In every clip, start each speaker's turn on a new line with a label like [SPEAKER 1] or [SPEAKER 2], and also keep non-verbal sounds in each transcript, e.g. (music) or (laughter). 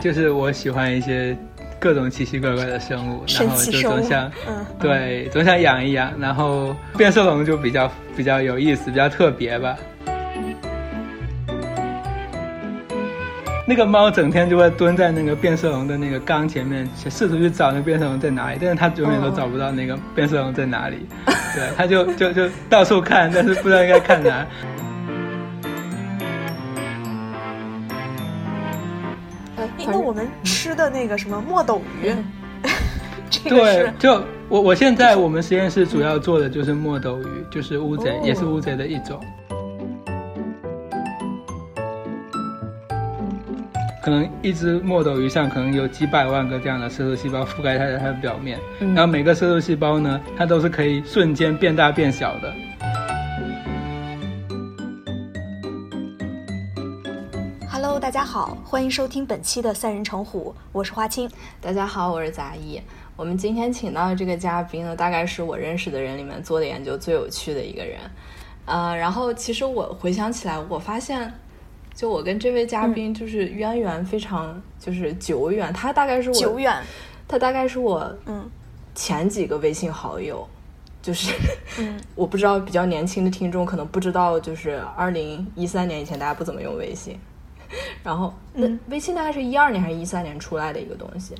[SPEAKER 1] 就是我喜欢一些各种奇奇怪怪的生物，然
[SPEAKER 2] 神
[SPEAKER 1] 后
[SPEAKER 2] 奇
[SPEAKER 1] 就
[SPEAKER 2] 生
[SPEAKER 1] 总
[SPEAKER 2] 物
[SPEAKER 1] 想，
[SPEAKER 2] 嗯，
[SPEAKER 1] 对，总想养一养。然后变色龙就比较比较有意思，比较特别吧。那个猫整天就会蹲在那个变色龙的那个缸前面，试图去找那变色龙在哪里，但是它永远都
[SPEAKER 2] 哦
[SPEAKER 1] 找不到那个变色龙在哪里。对，它就就就到处看，但是不知道应该看哪。
[SPEAKER 3] 哎，
[SPEAKER 2] 哎，
[SPEAKER 3] 反
[SPEAKER 2] 那
[SPEAKER 3] 正嗯
[SPEAKER 2] 我们吃的那个什么墨斗鱼， (laughs) 这个
[SPEAKER 1] 对
[SPEAKER 2] 是，
[SPEAKER 1] 就我我现在我们实验室主要做的就是墨斗鱼，就是乌贼，
[SPEAKER 2] 哦
[SPEAKER 1] 也是乌贼的一种。可能一只墨斗鱼上可能有几百万个这样的色素细胞覆盖它的它的表面，
[SPEAKER 3] 嗯
[SPEAKER 1] 然后每个色素细胞呢，它都是可以瞬间变大变小的。
[SPEAKER 2] Hello，大家好，欢迎收听本期的三人成虎，我是花青。
[SPEAKER 3] 大家好，我是杂艺。我们今天请到的这个嘉宾呢，大概是我认识的人里面做的研究最有趣的一个人。呃，然后其实我回想起来，我发现，就我跟这位嘉
[SPEAKER 2] 嗯
[SPEAKER 3] 宾就是渊源非常就是久远，他大概是我
[SPEAKER 2] 久，远，
[SPEAKER 3] 他大概是我
[SPEAKER 2] 嗯
[SPEAKER 3] 前几个微信好友，就是
[SPEAKER 2] 嗯，
[SPEAKER 3] (laughs) 我不知道比较年轻的听众可能不知道，就是二零一三年以前大家不怎么用微信，然后那
[SPEAKER 2] 嗯
[SPEAKER 3] 微信大概是一二年还是一三年出来的一个东西，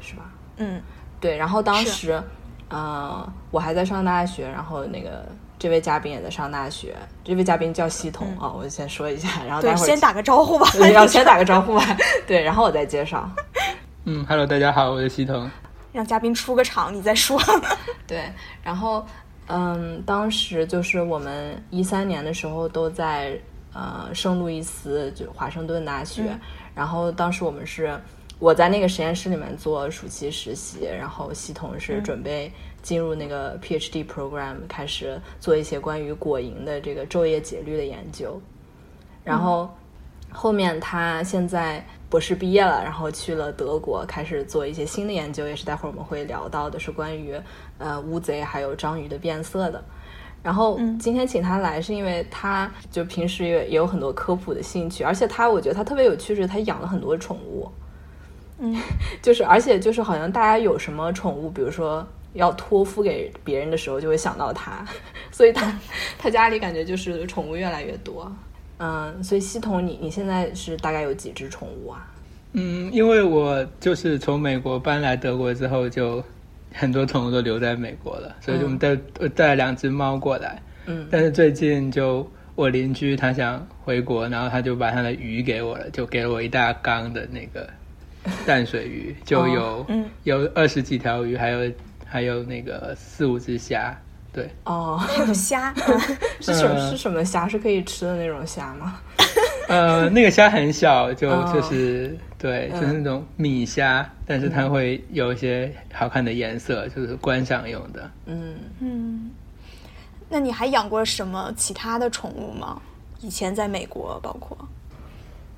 [SPEAKER 3] 是吧？
[SPEAKER 2] 嗯，
[SPEAKER 3] 对，然后当
[SPEAKER 2] 是
[SPEAKER 3] 时，呃，我还在上大学，然后那个这位嘉宾也在上大学，这位嘉宾叫系统啊、我先说一下，然后待
[SPEAKER 2] 嗯对，
[SPEAKER 3] 会儿
[SPEAKER 2] 先打个招呼吧。
[SPEAKER 3] 对 (laughs) 要先打个招呼吧，对，然后我再介绍。
[SPEAKER 1] 嗯，Hello，大家好，我是西彤。
[SPEAKER 2] (laughs) 让嘉宾出个场，你再说。
[SPEAKER 3] 对，然后嗯，当时就是我们一三年的时候都在呃圣路易斯，就华盛顿大学，然后当时我们是我在那个实验室里面做暑期实习，然后系统是准备进入那个 PhD program，、开始做一些关于果蝇的这个昼夜节律的研究，然后。后面他现在博士毕业了，然后去了德国，开始做一些新的研究，也是待会儿我们会聊到的，是关于呃乌贼还有章鱼的变色的。然后今天请他来，是因为他就平时也也有很多科普的兴趣，而且他我觉得他特别有趣是，他养了很多宠物，
[SPEAKER 2] 嗯，
[SPEAKER 3] (laughs) 就是而且就是好像大家有什么宠物，比如说要托付给别人的时候，就会想到他， (laughs) 所以他他家里感觉就是宠物越来越多。嗯，所以系统你你现在是大概有几只宠物啊？
[SPEAKER 1] 嗯，因为我就是从美国搬来德国之后，就很多宠物都留在美国了，所以就我们带、我带了两只猫过来。
[SPEAKER 3] 嗯，
[SPEAKER 1] 但是最近就我邻居他想回国，然后他就把他的鱼给我了，就给了我一大缸的那个淡水鱼，就有、
[SPEAKER 2] 嗯
[SPEAKER 1] 有二十几条鱼，还有还有那个四五只虾。对，
[SPEAKER 3] 哦，
[SPEAKER 2] (laughs)
[SPEAKER 3] (laughs)
[SPEAKER 2] 还有虾，
[SPEAKER 3] 是什么、
[SPEAKER 1] 呃
[SPEAKER 3] 是什么虾？是可以吃的那种虾吗？
[SPEAKER 1] 呃，那个虾很小，就
[SPEAKER 3] 哦
[SPEAKER 1] 就是对，
[SPEAKER 2] 嗯
[SPEAKER 1] 就是那种米虾，但是它会有一些好看的颜色，就是观赏用的。
[SPEAKER 3] 嗯，
[SPEAKER 2] 嗯，那你还养过什么其他的宠物吗？以前在美国，包括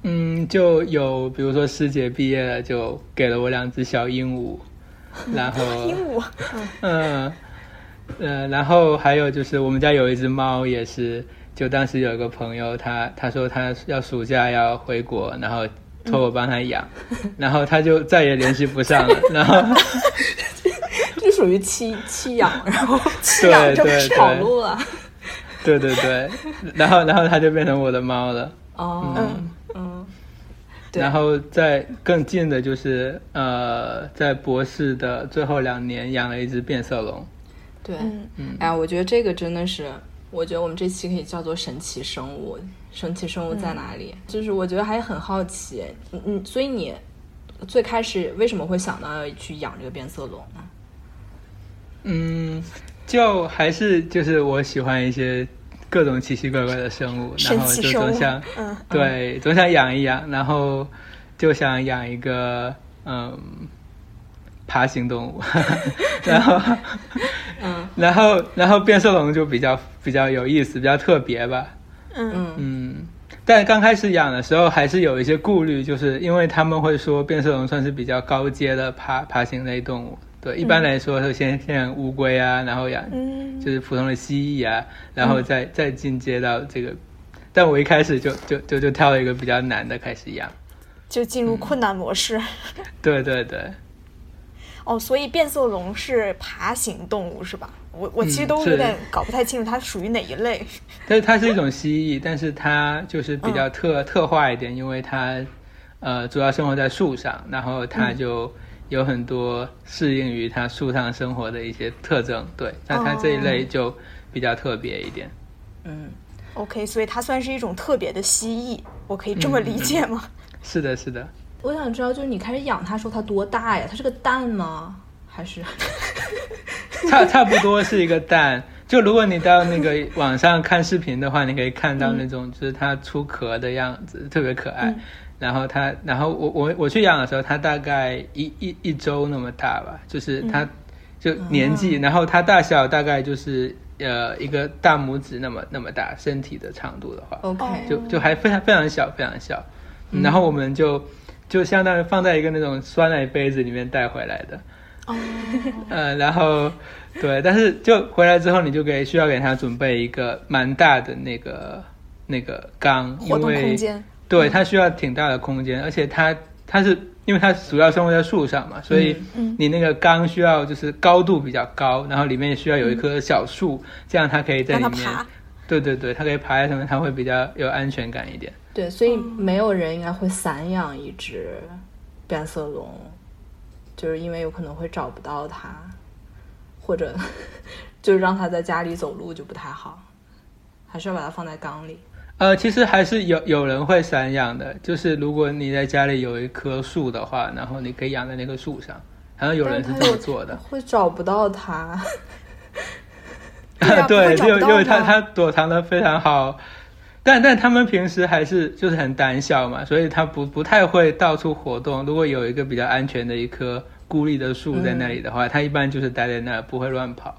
[SPEAKER 1] 嗯，就有比如说师姐毕业了，就给了我两只小鹦
[SPEAKER 2] (laughs)
[SPEAKER 1] 鹉，然后
[SPEAKER 2] 鹦鹉，
[SPEAKER 1] 嗯，呃，然后还有就是我们家有一只猫，也是，就当时有一个朋友他，他说他要暑假要回国，然后托我帮他
[SPEAKER 2] (laughs)
[SPEAKER 1] 养，然后他就再也联系不上了，然后
[SPEAKER 3] 这属于弃弃养，
[SPEAKER 1] (laughs)
[SPEAKER 3] 然后
[SPEAKER 1] 对
[SPEAKER 2] 这不
[SPEAKER 1] 对
[SPEAKER 2] 是
[SPEAKER 3] 跑
[SPEAKER 1] 对
[SPEAKER 3] 路了。
[SPEAKER 1] 对对
[SPEAKER 2] (laughs)
[SPEAKER 1] 对，然后然后他就变成我的猫了。
[SPEAKER 3] 哦，嗯嗯，对
[SPEAKER 1] 然后在更近的就是呃，在博士的最后两年养了一只变色龙。
[SPEAKER 3] 对，
[SPEAKER 2] 嗯
[SPEAKER 3] 哎，我觉得这个真的是，我觉得我们这期可以叫做神奇生物。神奇生物在哪里？就是我觉得还很好奇，嗯嗯，所以你最开始为什么会想到要去养这个变色龙呢？
[SPEAKER 1] 嗯，就还是就是我喜欢一些各种奇奇怪怪的生物，然
[SPEAKER 2] 神
[SPEAKER 1] 后
[SPEAKER 2] 奇
[SPEAKER 1] 就
[SPEAKER 2] 生
[SPEAKER 1] 总
[SPEAKER 2] 物
[SPEAKER 1] 想，
[SPEAKER 2] 嗯
[SPEAKER 1] 对，总想养一养，然后就想养一个嗯，爬行动
[SPEAKER 2] (laughs)
[SPEAKER 1] 物，然后，
[SPEAKER 3] 嗯，
[SPEAKER 1] 然后然后变色龙就比较比较有意思，比较特别吧，
[SPEAKER 2] 嗯
[SPEAKER 3] 嗯
[SPEAKER 1] 嗯，但刚开始养的时候还是有一些顾虑，就是因为他们会说变色龙算是比较高阶的爬爬行类动物。对，一般来说是先先养乌龟啊，然后养
[SPEAKER 2] 嗯
[SPEAKER 1] 就是普通的蜥蜴啊，然后再、再进阶到这个。但我一开始就就就就挑了一个比较难的开始养。
[SPEAKER 2] 就进入困难模式。
[SPEAKER 1] 对对对，
[SPEAKER 2] 哦，所以变色龙是爬行动物是吧？我我其实都
[SPEAKER 1] 嗯是
[SPEAKER 2] 有点搞不太清楚它属于哪一类。
[SPEAKER 1] 但是它是一种蜥蜴，但是它就是比较特、特化一点，因为它呃主要生活在树上，然后它就有很多适应于它树上生活的一些特征。对，那它这一类就比较特别一点。
[SPEAKER 3] 嗯，
[SPEAKER 2] OK，所以它算是一种特别的蜥蜴，我可以
[SPEAKER 1] 嗯
[SPEAKER 2] 这么理解吗？
[SPEAKER 1] 是的，是的，
[SPEAKER 3] 我想知道，就是你开始养它的时候，它多大呀？它是个蛋吗？还是
[SPEAKER 1] (laughs) 差差不多是一个蛋。就如果你到那个网上看视频的话，你可以看到那种就是它出壳的样子，特别可爱。然后它，然后我我我去养的时候，它大概一一一周那么大吧，就是它、就年纪，然后它大小大概就是呃一个大拇指那么那么大，身体的长度的话，
[SPEAKER 3] (laughs) OK？
[SPEAKER 1] 就就还非常非常小，非常小。嗯然后我们就就相当于放在一个那种酸奶杯子里面带回来的。哦。呃，然后对，但是就回来之后，你就给需要给它准备一个蛮大的那个那个缸，因
[SPEAKER 2] 活动
[SPEAKER 1] 为
[SPEAKER 2] 空间。嗯
[SPEAKER 1] 对，它需要挺大的空间，而且它它是因为它主要生活在树上嘛，所以
[SPEAKER 2] 嗯
[SPEAKER 1] 你那个缸需要就是高度比较高，然后里面需要有一棵小树，这样它可以在
[SPEAKER 2] 嗯让
[SPEAKER 1] 里
[SPEAKER 2] 它
[SPEAKER 1] 面
[SPEAKER 2] 爬。
[SPEAKER 1] 对对对，它可以爬在上面，它会比较有安全感一点。
[SPEAKER 3] 对，所以没有人应该会散养一只变色龙，就是因为有可能会找不到它，或者 (laughs) 就是让它在家里走路就不太好，还是要把它放在缸里。
[SPEAKER 1] 呃，其实还是有有人会散养的，就是如果你在家里有一棵树的话，然后你可以养在那棵树上，好像有人是这么做的。
[SPEAKER 3] 会找不到它。
[SPEAKER 2] (laughs) 对啊
[SPEAKER 1] 对，
[SPEAKER 2] 不会
[SPEAKER 1] 因为因
[SPEAKER 2] 找不
[SPEAKER 1] 为它
[SPEAKER 2] 到吗
[SPEAKER 1] 它躲藏的非常好，但但他们平时还是就是很胆小嘛，所以它不不太会到处活动。如果有一个比较安全的一棵孤立的树在
[SPEAKER 2] 嗯
[SPEAKER 1] 那里的话，它一般就是待在那儿，不会乱跑。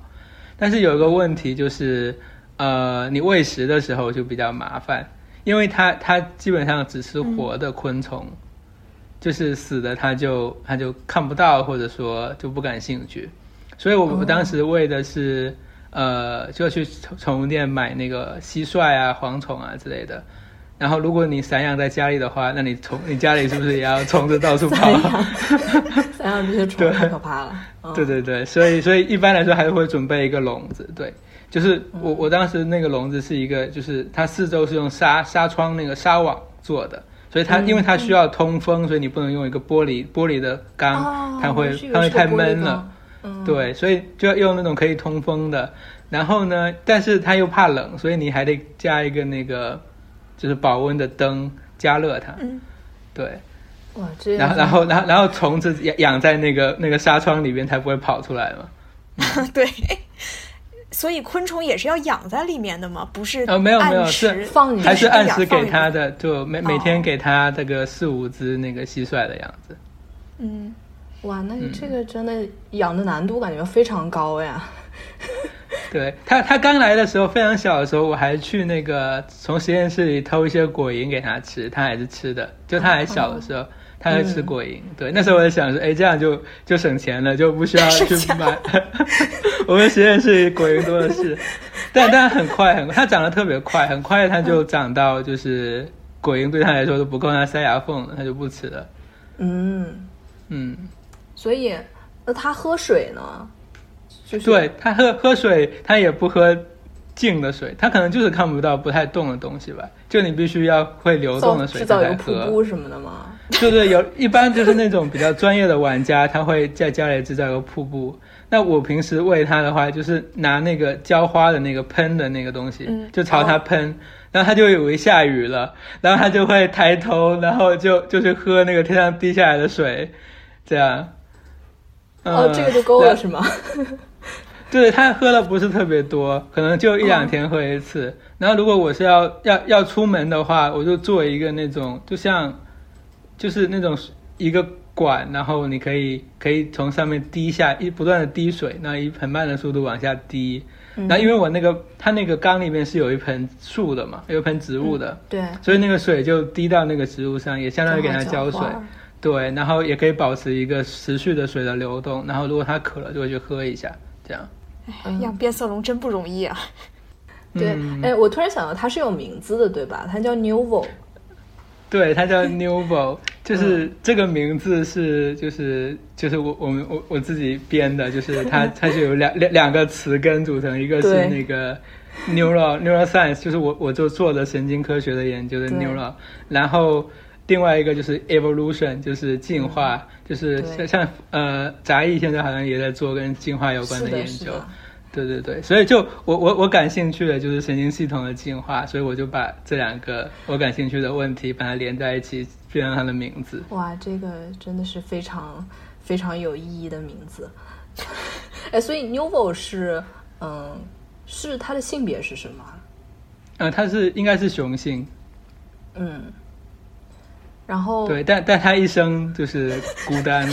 [SPEAKER 1] 但是有一个问题就是，呃，你喂食的时候就比较麻烦，因为它它基本上只吃
[SPEAKER 2] 嗯
[SPEAKER 1] 活的昆虫，就是死的它就它就看不到，或者说就不感兴趣。所以我我
[SPEAKER 2] 哦
[SPEAKER 1] 当时喂的是，呃，就去宠宠物店买那个蟋蟀啊、蝗虫啊之类的。然后，如果你散养在家里的话，那你虫你家里是不是也要 (laughs) 虫子到处跑？
[SPEAKER 3] 散养这些虫
[SPEAKER 1] 对
[SPEAKER 3] 太可怕了。嗯、
[SPEAKER 1] 对对对，所以所以一般来说还是会准备一个笼子，对，就是
[SPEAKER 3] 嗯
[SPEAKER 1] 我我当时那个笼子是一个，就是它四周是用纱纱窗那个纱网做的，所以它、
[SPEAKER 3] 嗯
[SPEAKER 1] 因为它需要通风，所以你不能用一个玻璃玻璃的缸，
[SPEAKER 3] 哦
[SPEAKER 1] 它会
[SPEAKER 3] 是有
[SPEAKER 1] 它会
[SPEAKER 3] 这个
[SPEAKER 1] 太
[SPEAKER 3] 玻璃嗯
[SPEAKER 1] 闷
[SPEAKER 3] 缸
[SPEAKER 1] 了，对，所以就要用那种可以通风的。然后呢，但是它又怕冷，所以你还得加一个那个就是保温的灯加热它，
[SPEAKER 2] 嗯
[SPEAKER 1] 对。
[SPEAKER 3] 哇，这
[SPEAKER 1] 然后，
[SPEAKER 3] 样
[SPEAKER 1] 然后，然后，然后虫子养养在那个那个纱窗里边，才不会跑出来嘛。
[SPEAKER 2] (laughs) 对，所以昆虫也是要养在里面的吗？不是
[SPEAKER 1] 呃没有没有
[SPEAKER 2] 按时
[SPEAKER 1] 是
[SPEAKER 3] 放你
[SPEAKER 1] 还
[SPEAKER 2] 定
[SPEAKER 1] 是
[SPEAKER 2] 时
[SPEAKER 1] 按
[SPEAKER 2] 养
[SPEAKER 1] 时
[SPEAKER 2] 放
[SPEAKER 1] 给
[SPEAKER 2] 一
[SPEAKER 1] 它
[SPEAKER 2] 定
[SPEAKER 1] 的，就每每天给它这个四五只那个蟋蟀的样子。
[SPEAKER 2] 嗯，
[SPEAKER 3] 哇，那你这个真的养的难度感觉非常高呀。
[SPEAKER 1] (laughs) 对它，它刚来的时候非常小的时候，我还去那个从实验室里偷一些果蝇给它吃，它还是吃的。就它还小的时
[SPEAKER 2] 哦
[SPEAKER 1] 候，它还吃果蝇。对，那时候我也想说，哎，这样就就省钱了，就不需要去
[SPEAKER 2] (laughs) 省钱
[SPEAKER 1] 买。 (laughs) 我们实验室里果蝇多的是，
[SPEAKER 2] (laughs)
[SPEAKER 1] 但但很快很，它长得特别快，很快它就长到就是果蝇对它来说都不够它塞牙缝了，它就不吃了。
[SPEAKER 3] 嗯，
[SPEAKER 1] 嗯，
[SPEAKER 3] 所以那它喝水呢？就是
[SPEAKER 1] 对它喝喝水，它也不喝静的水，它可能就是看不到不太动的东西吧。就你必须要会流动
[SPEAKER 3] 造
[SPEAKER 1] 的水，
[SPEAKER 3] 制
[SPEAKER 1] 它
[SPEAKER 3] 造一
[SPEAKER 1] 才
[SPEAKER 3] 个瀑
[SPEAKER 1] 喝。
[SPEAKER 3] 布什么的吗？
[SPEAKER 1] 就是有一般就是那种比较专业的玩家，他会在家里制造一个瀑布。那我平时喂它的话，就是拿那个浇花的那个喷的那个东西，
[SPEAKER 3] 嗯
[SPEAKER 1] 就朝
[SPEAKER 3] 哦
[SPEAKER 1] 它喷。然后它就以为下雨了，然后它就会抬头，然后就就去喝那个天上滴下来的水，这样。
[SPEAKER 3] 哦，
[SPEAKER 1] 嗯
[SPEAKER 3] 这个就够
[SPEAKER 1] 然
[SPEAKER 3] 了是吗？
[SPEAKER 1] 对他喝的不是特别多，可能就一两天喝一次。然后如果我是要要要出门的话，我就做一个那种，就像就是那种一个管，然后你可以可以从上面滴下一不断的滴水，那以很慢的速度往下滴。那因为我那个它那个缸里面是有一盆树的嘛，有一盆植物的，
[SPEAKER 3] (laughs) 对，
[SPEAKER 1] 所以那个水就滴到那个植物上，也相当于给它浇水
[SPEAKER 3] 正好。浇花
[SPEAKER 1] 对，然后也可以保持一个持续的水的流动。然后如果它渴了，就会去喝一下，这样。
[SPEAKER 3] 嗯
[SPEAKER 2] 哎养变色龙真不容易啊！
[SPEAKER 1] 嗯
[SPEAKER 3] 呃对，哎，我突然想到它是有名字的，对吧？它叫 Nuvo，
[SPEAKER 1] 对，它叫
[SPEAKER 3] (laughs)
[SPEAKER 1] Nuvo，就是
[SPEAKER 3] 嗯
[SPEAKER 1] 这个名字是就是就是我我们我我自己编的，就是
[SPEAKER 3] (laughs)
[SPEAKER 1] 它它是有两两两个词根组成，一个是
[SPEAKER 3] 对
[SPEAKER 1] 那个 neuro neuroscience，就是我我就做的神经科学的研究的
[SPEAKER 3] 对
[SPEAKER 1] neuro，然后另外一个就是 evolution，就是进化，就是
[SPEAKER 3] 嗯
[SPEAKER 1] 像
[SPEAKER 3] 对
[SPEAKER 1] 像呃杂艺现在好像也在做跟进化有关
[SPEAKER 3] 是
[SPEAKER 1] 研
[SPEAKER 3] 的，
[SPEAKER 1] 究，
[SPEAKER 3] 是的，
[SPEAKER 1] 对对对，所以就我我我感兴趣的就是神经系统的进化，所以我就把这两个我感兴趣的问题把它连在一起，变成它的名字。
[SPEAKER 3] 哇，这个真的是非常非常有意义的名字。 (laughs) 哎，所以 Nuvo 是嗯，是它的性别是什么啊？
[SPEAKER 1] 呃，它是应该是雄性，
[SPEAKER 3] 嗯，然后
[SPEAKER 1] 对，但但它一生就是孤单，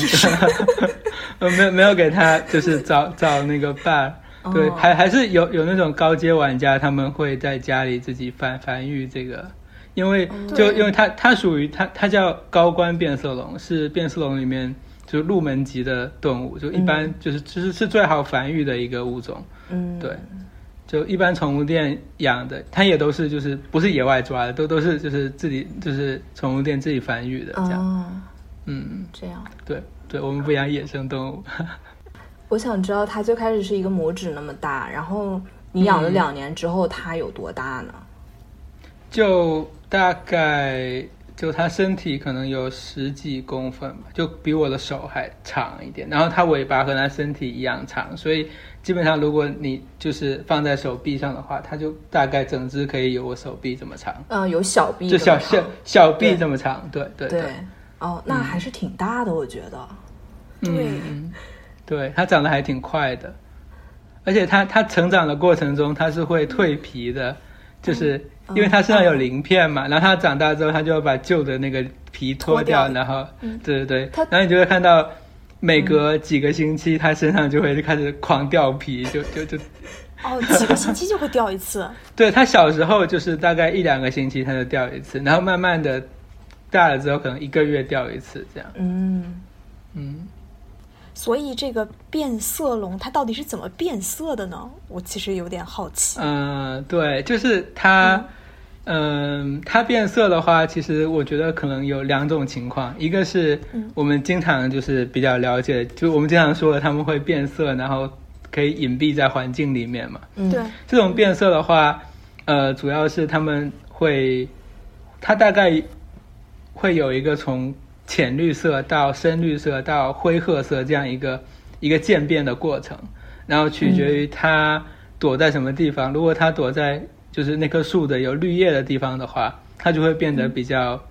[SPEAKER 1] (laughs) 呃，没有没有给它就是找找那个伴儿。对，
[SPEAKER 3] 哦
[SPEAKER 1] 还还是有有那种高阶玩家，他们会在家里自己繁繁育这个，因为就
[SPEAKER 2] 对
[SPEAKER 1] 因为它它属于它它叫高官变色龙，是变色龙里面就是入门级的动物，就一般就是、就是是最好繁育的一个物种。
[SPEAKER 3] 嗯，
[SPEAKER 1] 对，就一般宠物店养的，它也都是就是不是野外抓的，都都是就是自己就是宠物店自己繁育的这样。
[SPEAKER 3] 哦，
[SPEAKER 1] 嗯，
[SPEAKER 3] 这样。
[SPEAKER 1] 对对，我们不养野生动物。
[SPEAKER 3] 我想知道它最开始是一个拇指那么大，然后你养了
[SPEAKER 1] 嗯
[SPEAKER 3] 两年之后，它有多大呢？
[SPEAKER 1] 就大概就它身体可能有十几公分吧，就比我的手还长一点。然后它尾巴和它身体一样长，所以基本上如果你就是放在手臂上的话，它就大概整只可以有我手臂这么长，
[SPEAKER 3] 嗯、有小臂
[SPEAKER 1] 就
[SPEAKER 3] 这
[SPEAKER 1] 小
[SPEAKER 3] 么长，
[SPEAKER 1] 小小臂
[SPEAKER 3] 对
[SPEAKER 1] 这么长。对对
[SPEAKER 3] 对，哦，那还是挺大的，我觉得。
[SPEAKER 2] 对
[SPEAKER 1] 嗯，嗯对，它长得还挺快的，而且它它成长的过程中它是会蜕皮的，就是
[SPEAKER 2] 嗯
[SPEAKER 1] 因为它身
[SPEAKER 2] 哦
[SPEAKER 1] 上有鳞片嘛，然后它长大之后它就要把旧的那个皮脱
[SPEAKER 2] 脱掉嗯
[SPEAKER 1] 然后、对对对
[SPEAKER 3] 它，
[SPEAKER 1] 然后你就会看到。每隔几个星期，它身上就会开始狂掉皮，就就就，
[SPEAKER 2] 哦，几个星期就会掉一次，
[SPEAKER 1] 对它小时候就是大概一两个星期它就掉一次，然后慢慢的大了之后，可能一个月掉一次这样。
[SPEAKER 3] 嗯，
[SPEAKER 1] 嗯，
[SPEAKER 2] 所以这个变色龙它到底是怎么变色的呢？我其实有点好奇。
[SPEAKER 1] 嗯，对，就是它，嗯、它变色的话，其实我觉得可能有两种情况，一个是
[SPEAKER 2] 嗯
[SPEAKER 1] 我们经常就是比较了解，就我们经常说的他们会变色，然后可以隐蔽在环境里面嘛。
[SPEAKER 3] 嗯
[SPEAKER 2] 对，
[SPEAKER 1] 这种变色的话，呃，主要是他们会，它大概会有一个从浅绿色到深绿色到灰褐色这样一个一个渐变的过程，然后取决于它躲在什么地方。如果它躲在就是那棵树的有绿叶的地方的话，它就会变得比较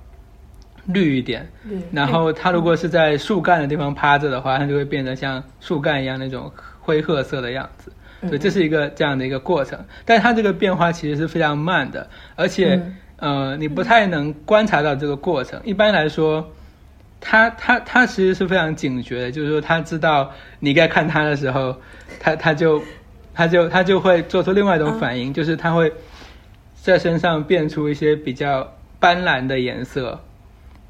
[SPEAKER 1] 绿一点。
[SPEAKER 3] 绿 (laughs)
[SPEAKER 1] 然后它如果是在树干的地方趴着的话，它就会变得像树干一样那种灰褐色的样子。对，这是一个这样的一个过程，但它这个变化其实是非常慢的，而且、呃，你不太能观察到这个过程。一般来说，它它它其实是非常警觉的，就是说它知道你该看它的时候，它它就它就它就会做出另外一种反应，就是它会在身上变出一些比较斑斓的颜色，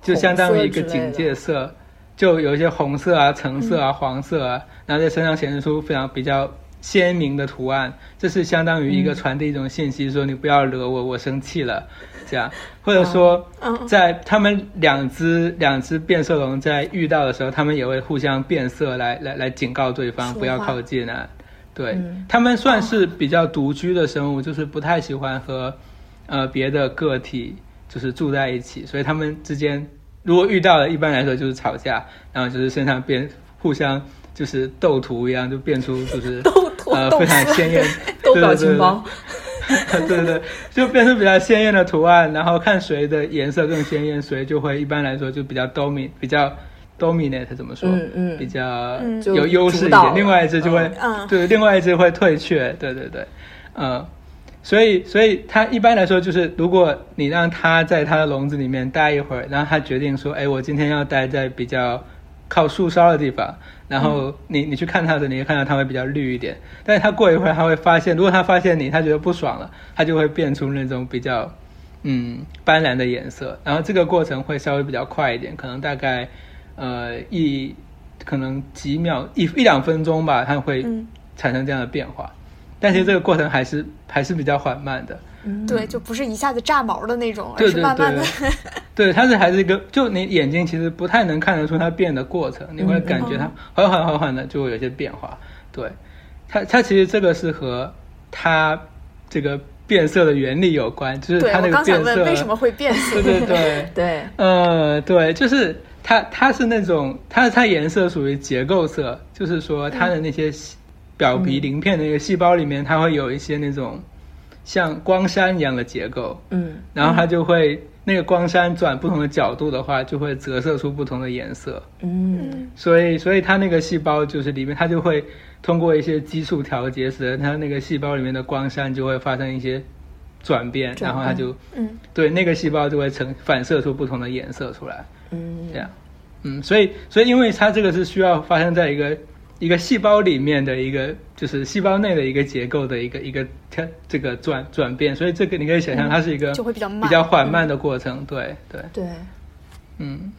[SPEAKER 1] 就相当于一个
[SPEAKER 3] 红色之类的
[SPEAKER 1] 警戒色，就有一些红色啊、橙色啊、黄色啊，然后在身上显示出非常比较鲜明的图案，这是相当于一个传递一种信息，说你不要惹我，我生气了，这样，或者说
[SPEAKER 2] 嗯，
[SPEAKER 1] 在他们两只两只变色龙在遇到的时候，他们也会互相变色来来来警告对方
[SPEAKER 3] 说
[SPEAKER 1] 不要
[SPEAKER 3] 话
[SPEAKER 1] 靠近啊。对
[SPEAKER 3] 嗯，
[SPEAKER 1] 他们算是比较独居的生物，就是不太喜欢和呃别的个体就是住在一起，所以他们之间如果遇到了，一般来说就是吵架，然后就是身上变互相就是斗图一样，就变出就是
[SPEAKER 3] 斗图
[SPEAKER 1] 呃
[SPEAKER 3] 斗
[SPEAKER 1] 非常
[SPEAKER 3] 图
[SPEAKER 1] 鲜艳
[SPEAKER 3] (laughs) 都
[SPEAKER 1] 对
[SPEAKER 3] 表
[SPEAKER 1] 对
[SPEAKER 3] 情
[SPEAKER 1] 对
[SPEAKER 3] 包。
[SPEAKER 1] (laughs) 对对对，就变出比较鲜艳的图案，然后看谁的颜色更鲜艳，谁就会一般来说就比较 domin 比较 dominate 怎么说？
[SPEAKER 3] 嗯嗯
[SPEAKER 1] 比较
[SPEAKER 2] 嗯
[SPEAKER 1] 有优势
[SPEAKER 3] 就主
[SPEAKER 1] 一
[SPEAKER 3] 导了
[SPEAKER 1] 点。另外一只就会，
[SPEAKER 2] 嗯
[SPEAKER 1] 对，另外一只会退却。对对对，嗯。所以，所以它一般来说就是，如果你让它在它的笼子里面待一会儿，然后它决定说，哎，我今天要待在比较靠树梢的地方，然后你你去看它的时候，你会看到它会比较绿一点。但是它过一会儿，它会发现，如果它发现你，它觉得不爽了，它就会变出那种比较嗯斑斓的颜色。然后这个过程会稍微比较快一点，可能大概呃一可能几秒一一两分钟吧，它会
[SPEAKER 2] 嗯
[SPEAKER 1] 产生这样的变化。但其实这个过程还是还是比较缓慢的，
[SPEAKER 2] 对，就不是一下子炸毛的那种，而
[SPEAKER 1] 嗯对
[SPEAKER 2] 是
[SPEAKER 1] 对 (laughs)
[SPEAKER 2] 慢慢的
[SPEAKER 1] 对，对，它是还是一个，就你眼睛其实不太能看得出它变的过
[SPEAKER 2] 嗯
[SPEAKER 1] 程，你会感觉它缓缓缓缓的就会有些变化。对，它它其实这个是和它这个变色的原理有关，就是
[SPEAKER 2] 对
[SPEAKER 1] 它那
[SPEAKER 2] 我
[SPEAKER 1] 个
[SPEAKER 2] 刚想
[SPEAKER 1] 变色，
[SPEAKER 2] 问为什么会
[SPEAKER 1] (laughs)
[SPEAKER 2] 变色
[SPEAKER 1] 对，对
[SPEAKER 2] (laughs)
[SPEAKER 1] 对，
[SPEAKER 3] 对，
[SPEAKER 1] 呃，对，就是它，它是那种，它它颜色属于结构色，就是说它的那些细表皮鳞片的那个细胞里面，它会有一些那种像光栅一样的结构，
[SPEAKER 3] 嗯，
[SPEAKER 1] 然后它就会那个光栅转不同的角度的话，就会折射出不同的颜色。
[SPEAKER 3] 嗯，
[SPEAKER 2] 嗯
[SPEAKER 1] 所以，所以它那个细胞就是里面，它就会通过一些激素调节，使得它那个细胞里面的光栅就会发生一些转变，
[SPEAKER 3] 转
[SPEAKER 1] 然后它
[SPEAKER 3] 换
[SPEAKER 1] 就
[SPEAKER 2] 嗯
[SPEAKER 1] 对那个细胞就会呈反射出不同的颜色出来。
[SPEAKER 3] 嗯，
[SPEAKER 1] 这样，嗯，所以所以因为它这个是需要发生在一个一个细胞里面的一个，就是细胞内的一个结构的一个一个它这个转转变，所以这个你可以想象它是一个、
[SPEAKER 2] 嗯就会比较慢嗯
[SPEAKER 1] 比较缓慢的过程，对对，
[SPEAKER 3] 对，
[SPEAKER 1] 嗯，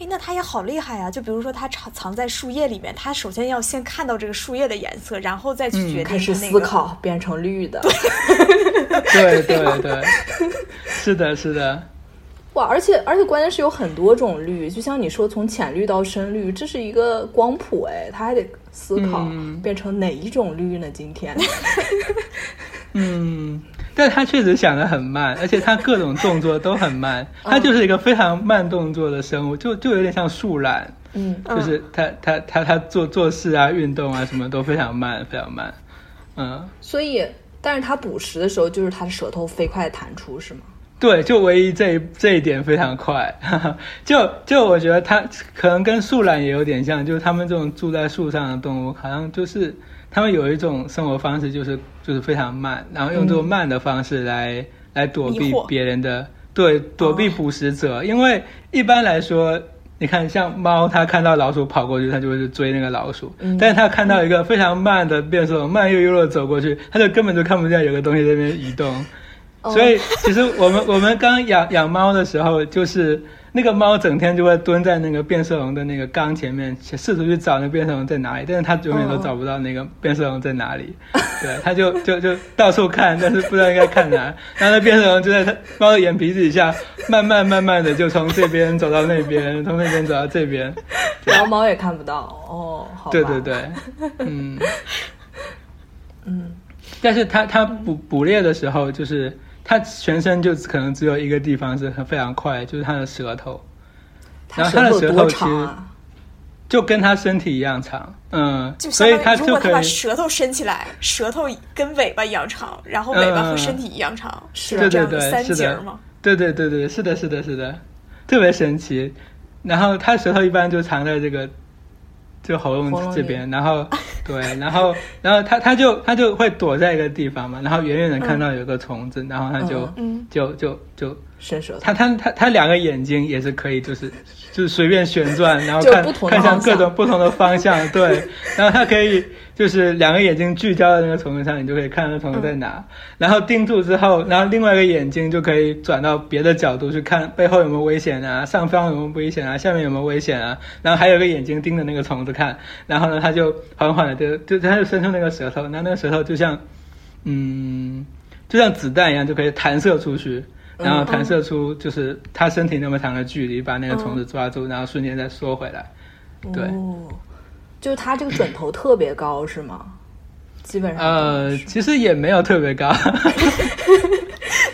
[SPEAKER 2] 哎，那它也好厉害啊！就比如说它藏藏在树叶里面，它首先要先看到这个树叶的颜色，然后再去
[SPEAKER 1] 嗯
[SPEAKER 2] 决定、那个
[SPEAKER 3] 开始思考变成绿的，
[SPEAKER 1] 对对对，是的是的，
[SPEAKER 3] 哇！而且而且关键是有很多种绿，就像你说从浅绿到深绿，这是一个光谱哎，他还得思考
[SPEAKER 1] 嗯
[SPEAKER 3] 变成哪一种绿呢？今天，
[SPEAKER 1] 嗯。但他确实想得很慢，而且他各种动作都很
[SPEAKER 2] 嗯
[SPEAKER 1] 慢，他就是一个非常慢动作的生物，就就有点像树懒，
[SPEAKER 3] 嗯，
[SPEAKER 1] 就是他他他他做做事啊、运动啊什么都非常慢，非常慢。嗯，
[SPEAKER 3] 所以但是他捕食的时候，就是他的舌头飞快地弹出是吗？
[SPEAKER 1] 对，就唯一这一这一点非常快。 (laughs) 就就我觉得它可能跟树懒也有点像，就是它们这种住在树上的动物，好像就是它们有一种生活方式，就是就是非常慢，然后用这种慢的方式来、来躲
[SPEAKER 2] 嗯迷
[SPEAKER 1] 避
[SPEAKER 2] 惑
[SPEAKER 1] 别人的，对，躲避捕食者。因为一般来说，你看像猫，它看到老鼠跑过去，它就会去追那个老鼠，
[SPEAKER 3] 嗯
[SPEAKER 1] 但是它看到一个非常慢的变速，慢悠悠的走过去，它就根本就看不见有个东西在那边移动。所以其实我们 (laughs) 我们刚养养猫的时候，就是那个猫整天就会蹲在那个变色龙的那个缸前面，试图去找那个变色龙在哪里，但是它永远都找不到那个变色龙在哪里。对，它就就就到处看，但是不知道应该看哪。然后那变色龙就在它猫的眼皮子底下，慢慢慢慢的就从这边走到那边，从那边走到这边。
[SPEAKER 3] 然后猫也看不到哦，好吧，
[SPEAKER 1] 对对，
[SPEAKER 2] (laughs)
[SPEAKER 1] 对，嗯。
[SPEAKER 3] 嗯，
[SPEAKER 1] 但是它它捕捕猎的时候，就是它全身就可能只有一个地方是很非常快，就是它的舌头，
[SPEAKER 3] 它
[SPEAKER 1] 然后它
[SPEAKER 3] 舌
[SPEAKER 1] 的
[SPEAKER 3] 头有
[SPEAKER 1] 舌
[SPEAKER 3] 多
[SPEAKER 1] 头
[SPEAKER 3] 长
[SPEAKER 1] 其实
[SPEAKER 3] 啊？
[SPEAKER 1] 就跟它身体一样长，嗯，
[SPEAKER 2] 就
[SPEAKER 1] 所以
[SPEAKER 2] 相
[SPEAKER 1] 它
[SPEAKER 2] 当于，如
[SPEAKER 1] 就
[SPEAKER 2] 果它
[SPEAKER 1] 可
[SPEAKER 2] 把
[SPEAKER 1] 以，
[SPEAKER 2] 舌头伸起来，舌头跟尾巴一样长，然后尾巴和
[SPEAKER 1] 嗯
[SPEAKER 2] 身体一样长，是
[SPEAKER 1] 对
[SPEAKER 2] 这
[SPEAKER 1] 对
[SPEAKER 2] 样的
[SPEAKER 1] 对，
[SPEAKER 2] 三
[SPEAKER 1] 是
[SPEAKER 2] 节
[SPEAKER 1] 的
[SPEAKER 2] 儿吗？，
[SPEAKER 1] 对对对对，是的，是的，是的，特别神奇。然后它舌头一般就藏在这个就喉
[SPEAKER 3] 喉咙
[SPEAKER 1] 咙
[SPEAKER 3] 里
[SPEAKER 1] 这边，然
[SPEAKER 2] (laughs)
[SPEAKER 1] 后对，然后然后它它就它就会躲在一个地方嘛，然后远远的看到有一个虫子，然后它就
[SPEAKER 2] 嗯
[SPEAKER 1] 就就就
[SPEAKER 3] 伸舌头，
[SPEAKER 1] 它它它它两个眼睛也是可以，就是就是随便旋转，然后
[SPEAKER 3] 就
[SPEAKER 1] 看
[SPEAKER 3] 不同的
[SPEAKER 1] 看向
[SPEAKER 3] 方向
[SPEAKER 1] 各种不同的方向，
[SPEAKER 3] (laughs)
[SPEAKER 1] 对。然后它可以就是两个眼睛聚焦在那个虫子上，你就可以看那虫子
[SPEAKER 3] 嗯
[SPEAKER 1] 在哪。然后定住之后，然后另外一个眼睛就可以转到别的角度去看背后有没有危险啊，上方有没有危险啊，下面有没有危险啊。然后还有一个眼睛盯着那个虫子看，然后呢，它就缓缓的就就它就伸出那个舌头，然后那个舌头就像嗯，就像子弹一样就可以弹射出去，
[SPEAKER 3] 嗯
[SPEAKER 1] 然后弹射出就是它身体那么长的距离，把那个虫子抓住，然后瞬间再缩回来。对，
[SPEAKER 3] 哦，就是它这个准头特别高是吗？基本上
[SPEAKER 1] 呃，其实也没有特别高，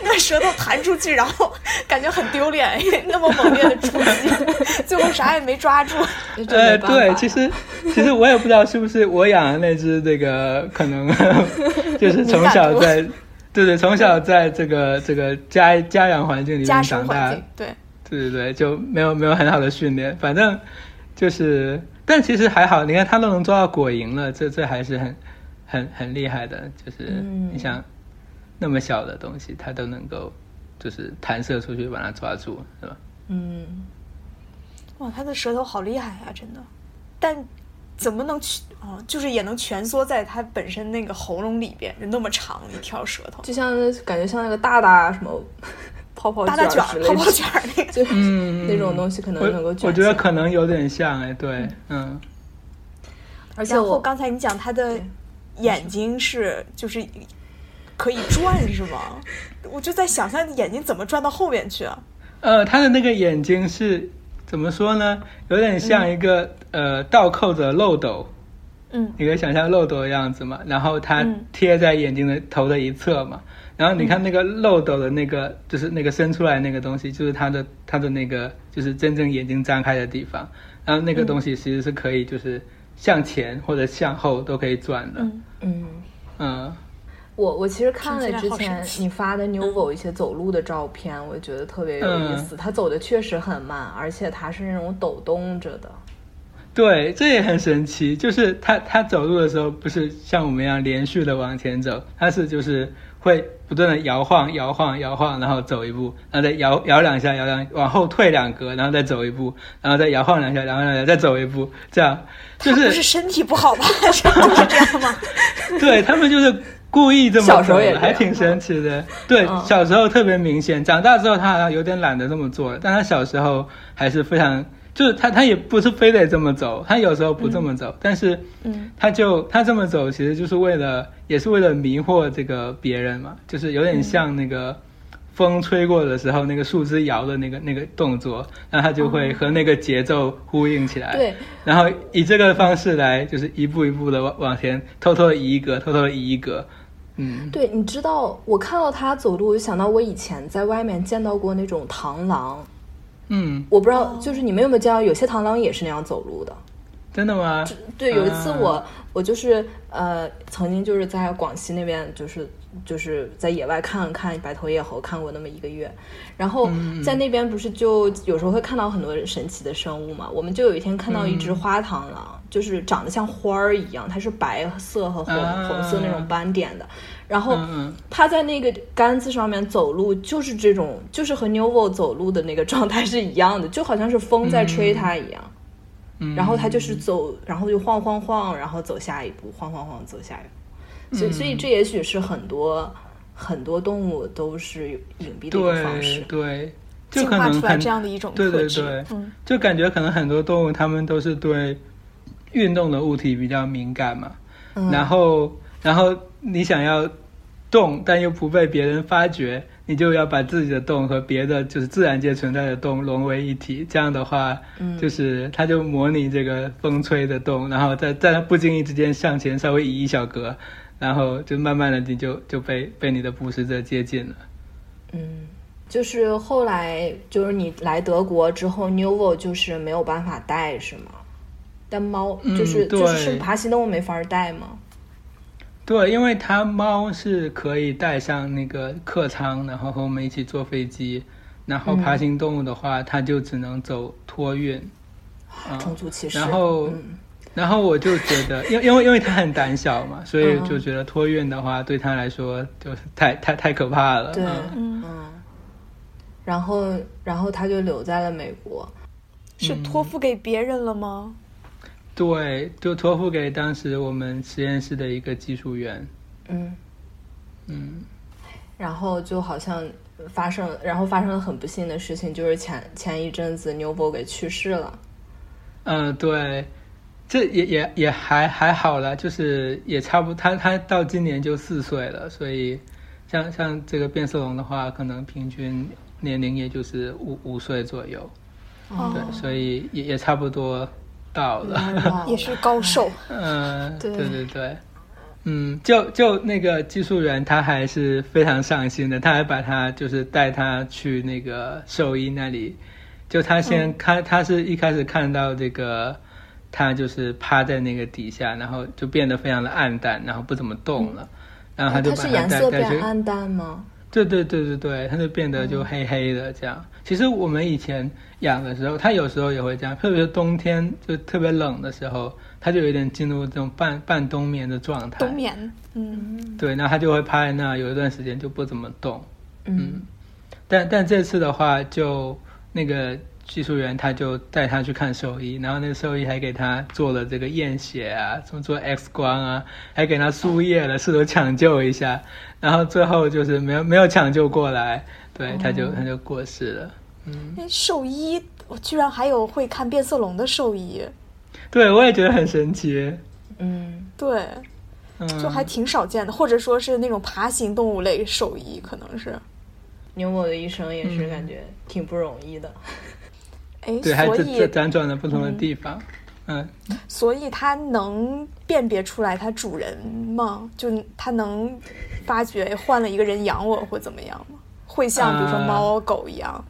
[SPEAKER 2] 那舌头弹出去，然后 (laughs) 感觉很丢脸， (laughs) 哎那么猛烈的出击， (laughs) 最后啥也没抓住。
[SPEAKER 3] 这 (laughs) 真
[SPEAKER 1] 呃，
[SPEAKER 3] 没办法
[SPEAKER 1] 对
[SPEAKER 3] 呀，
[SPEAKER 1] 其实其实我也不知道是不是我养的那只这个， (laughs) 可能就是从小在，对对，从小在这个这个家家养环境里
[SPEAKER 2] 家
[SPEAKER 1] 面
[SPEAKER 2] 生
[SPEAKER 1] 长
[SPEAKER 2] 环
[SPEAKER 1] 大
[SPEAKER 2] 境，，对，
[SPEAKER 1] 对对对，就没有没有很好的训练，反正就是，但其实还好，你看他都能抓到果蝇了，这这还是很很很厉害的，就是
[SPEAKER 3] 嗯
[SPEAKER 1] 你想那么小的东西，他都能够就是弹射出去把它抓住，是吧？
[SPEAKER 3] 嗯，
[SPEAKER 2] 哇，它的舌头好厉害呀、真的。但怎么能去啊、哦就是也能蜷缩在它本身那个喉咙里边，那么长一条舌头，
[SPEAKER 3] 就像感觉像那个大大什么 (laughs) 泡泡
[SPEAKER 2] 大大卷
[SPEAKER 3] 卷
[SPEAKER 2] 儿
[SPEAKER 3] 之、类
[SPEAKER 2] 泡
[SPEAKER 3] 的，
[SPEAKER 2] 泡卷儿那个。
[SPEAKER 3] (laughs) 就
[SPEAKER 1] 嗯，
[SPEAKER 3] 那种东西可能能够
[SPEAKER 1] 我
[SPEAKER 3] 卷
[SPEAKER 1] 我觉得
[SPEAKER 3] 起来
[SPEAKER 1] 可能有点像哎，对，嗯，
[SPEAKER 3] 而且
[SPEAKER 2] 然后
[SPEAKER 3] 我
[SPEAKER 2] 刚才你讲它的
[SPEAKER 3] 对
[SPEAKER 2] 眼睛是就是可以转是吗？我就在想象眼睛怎么转到后面去啊？
[SPEAKER 1] 呃，它的那个眼睛是怎么说呢？有点像
[SPEAKER 3] 嗯
[SPEAKER 1] 一个、呃倒扣着漏斗，
[SPEAKER 2] 嗯
[SPEAKER 1] 你可以想象漏斗的样子嘛。然后它
[SPEAKER 2] 嗯
[SPEAKER 1] 贴在眼睛的头的一侧嘛。然后你看那个漏斗的那个，就是那个伸出来那个东西，就是它的它的那个，就是真正眼睛张开的地方。然后那个东西其实是可以，就是向前或者向后都可以转的。
[SPEAKER 2] 嗯，
[SPEAKER 3] 嗯，
[SPEAKER 1] 嗯
[SPEAKER 3] 我我其实看
[SPEAKER 2] 听起
[SPEAKER 3] 了
[SPEAKER 2] 来
[SPEAKER 3] 之
[SPEAKER 2] 好神
[SPEAKER 3] 前
[SPEAKER 2] 奇嗯
[SPEAKER 3] 你发的 Nuvo 一些走路的照片，我觉得特别有意
[SPEAKER 2] 嗯
[SPEAKER 3] 思。他走的确实很慢，而且他是那种抖动着的。
[SPEAKER 1] 对，这也很神奇，就是他他走路的时候不是像我们一样连续的往前走，他是就是会不断的摇晃、摇晃、摇晃，然后走一步，然后再摇摇两下，摇两往后退两格，然后再走一步，然后再摇晃两下，然后两下再走一步，这样就
[SPEAKER 2] (laughs) 不
[SPEAKER 1] 是
[SPEAKER 2] 是身体不好吧？ (laughs) 是就是这样吗？
[SPEAKER 1] 对他们就是故意这么
[SPEAKER 3] 小时
[SPEAKER 1] 走
[SPEAKER 3] 候也
[SPEAKER 1] 的，
[SPEAKER 3] 这
[SPEAKER 1] 还
[SPEAKER 3] 样
[SPEAKER 1] 挺神奇的。对，
[SPEAKER 3] 嗯
[SPEAKER 1] 小时候特别明显，长大之后他好像有点懒得这么做了，但他小时候还是非常，就是他他也不是非得这么走，他有时候不这么走，但是。
[SPEAKER 2] 嗯
[SPEAKER 1] 他就他这么走，其实就是为了，也是为了迷惑这个别人嘛，就是有点像那
[SPEAKER 3] 嗯
[SPEAKER 1] 个风吹过的时候，那个树枝摇的那个那个动作，然后他就会和那个节奏呼应起
[SPEAKER 2] 哎
[SPEAKER 1] 来。
[SPEAKER 3] 哦对，
[SPEAKER 1] 然后以这个方式来，就是一步一步的往往前，偷偷的移一格，偷偷的移一格。嗯，
[SPEAKER 3] 对，你知道，我看到他走路，我就想到我以前在外面见到过那种螳螂。
[SPEAKER 1] 嗯，
[SPEAKER 3] 我不知道，就是你们有没有见到，有些螳螂也是那样走路的。
[SPEAKER 1] 真的吗？
[SPEAKER 3] 对，有一次
[SPEAKER 1] 啊
[SPEAKER 3] 我、我就是呃，曾经就是在广西那边，就是就是在野外看看白头叶猴，看过那么一个月。然后
[SPEAKER 1] 嗯
[SPEAKER 3] 在那边不是就有时候会看到很多神奇的生物嘛？我们就有一天看到一
[SPEAKER 1] 嗯
[SPEAKER 3] 只花螳螂，就是长得像花儿一样，它是白色和红、
[SPEAKER 1] 啊
[SPEAKER 3] 红色那种斑点的。然后
[SPEAKER 1] 嗯嗯
[SPEAKER 3] 它在那个杆子上面走路，就是这种，就是和 Nuvo 走路的那个状态是一样的，就好像是风在吹它一样。
[SPEAKER 1] 嗯，
[SPEAKER 3] 然后他就是走，然后就晃晃晃，然后走下一步，晃晃晃走下一步。所以，所以
[SPEAKER 1] 嗯
[SPEAKER 3] 这也许是很多很多动物都是隐蔽的一个方
[SPEAKER 1] 对
[SPEAKER 3] 式。
[SPEAKER 1] 对， (laughs) 就
[SPEAKER 2] 进
[SPEAKER 1] 可
[SPEAKER 2] 化
[SPEAKER 1] 能
[SPEAKER 2] 出来
[SPEAKER 1] 很
[SPEAKER 2] 这样的一种
[SPEAKER 1] 对
[SPEAKER 2] 特
[SPEAKER 1] 对
[SPEAKER 2] 质。
[SPEAKER 1] 对
[SPEAKER 2] 嗯
[SPEAKER 1] 就感觉可能很多动物它们都是对运动的物体比较敏感嘛，
[SPEAKER 2] 嗯
[SPEAKER 1] 然后然后你想要动，但又不被别人发觉，你就要把自己的动和别的就是自然界存在的动融为一体。这样的话，
[SPEAKER 3] 嗯
[SPEAKER 1] 就是它就模拟这个风吹的动，然后在在它不经意之间向前稍微移一小格，然后就慢慢的你就就被被你的捕食者接近了。
[SPEAKER 3] 嗯，就是后来就是你来德国之后，Nuvo 就是没有办法带是吗？但猫
[SPEAKER 1] 嗯
[SPEAKER 3] 就是、就是是
[SPEAKER 1] 对
[SPEAKER 3] 爬行动物没法带吗？
[SPEAKER 1] 对，因为它猫是可以带上那个客舱，然后和我们一起坐飞机。然后爬行动物的话，它就只能走托运。啊
[SPEAKER 3] 种族歧视。
[SPEAKER 1] 然后
[SPEAKER 3] 嗯
[SPEAKER 1] 然后我就觉得，因为因为因为它很胆小嘛，所以
[SPEAKER 3] 嗯
[SPEAKER 1] 就觉得托运的话对它来说就是太太太可怕了。
[SPEAKER 3] 对
[SPEAKER 1] 嗯
[SPEAKER 2] 嗯，
[SPEAKER 3] 嗯，然后然后他就留在了美国。
[SPEAKER 2] 是
[SPEAKER 1] 嗯
[SPEAKER 2] 托付给别人了吗？
[SPEAKER 1] 对，就托付给当时我们实验室的一个技术员。
[SPEAKER 3] 嗯。
[SPEAKER 1] 嗯，
[SPEAKER 3] 然后就好像发生，然后发生了很不幸的事情，就是前前一阵子 Nuvo 给去世了。
[SPEAKER 1] 嗯，对，这也也也还还好啦，就是也差不他他到今年就四岁了，所以像像这个变色龙的话，可能平均年龄也就是五五岁左右，
[SPEAKER 2] 哦
[SPEAKER 1] 对，所以也也差不多到了。
[SPEAKER 2] 也是高寿。
[SPEAKER 3] 哎
[SPEAKER 1] 嗯，
[SPEAKER 3] 对
[SPEAKER 1] 对对对，嗯，就就那个技术员，他还是非常上心的，他还把他就是带他去那个兽医那里，就他
[SPEAKER 3] 嗯
[SPEAKER 1] 先看，他是一开始看到这个。他就是趴在那个底下，然后就变得非常的暗淡，然后不怎么动了，然后
[SPEAKER 3] 嗯
[SPEAKER 1] 他
[SPEAKER 3] 哦它
[SPEAKER 1] 就把
[SPEAKER 3] 是
[SPEAKER 1] 他
[SPEAKER 3] 颜
[SPEAKER 1] 带
[SPEAKER 3] 色
[SPEAKER 1] 带去
[SPEAKER 3] 变暗淡吗？
[SPEAKER 1] 对对对对对，它就变得
[SPEAKER 2] 嗯
[SPEAKER 1] 就黑黑的这样。其实我们以前养的时候，它有时候也会这样，特别是冬天就特别冷的时候，它就有点进入这种半半冬眠的状态。
[SPEAKER 2] 冬眠，嗯，
[SPEAKER 1] 对，那它就会趴在那，有一段时间就不怎么动。
[SPEAKER 3] 嗯
[SPEAKER 1] 但但这次的话就，那个技术员他就带他去看兽医，然后那个兽医还给他做了这个验血啊，什么做 X 光啊，还给他输液了，试图抢救一下，然后最后就是没有没有抢救过来，对，他
[SPEAKER 2] 哦
[SPEAKER 1] 就他就过世了。
[SPEAKER 2] 那兽医，我居然还有会看变色龙的兽医，
[SPEAKER 1] 对，我也觉得很神奇，
[SPEAKER 3] 嗯，
[SPEAKER 2] 对，
[SPEAKER 1] 嗯，
[SPEAKER 2] 就还挺少见的，或者说是那种爬行动物类兽医，可能是，
[SPEAKER 3] 牛某的一生也
[SPEAKER 1] 嗯
[SPEAKER 3] 是感觉挺不容易的。
[SPEAKER 2] 哎，
[SPEAKER 1] 对，还
[SPEAKER 2] 所
[SPEAKER 1] 这这
[SPEAKER 2] 以
[SPEAKER 1] 辗转了不同的地方，嗯，
[SPEAKER 2] 所以它能辨别出来它主人吗？就它能发觉哎换了一个人养我会怎么样吗？会像比如说
[SPEAKER 1] 啊
[SPEAKER 2] 猫狗一样？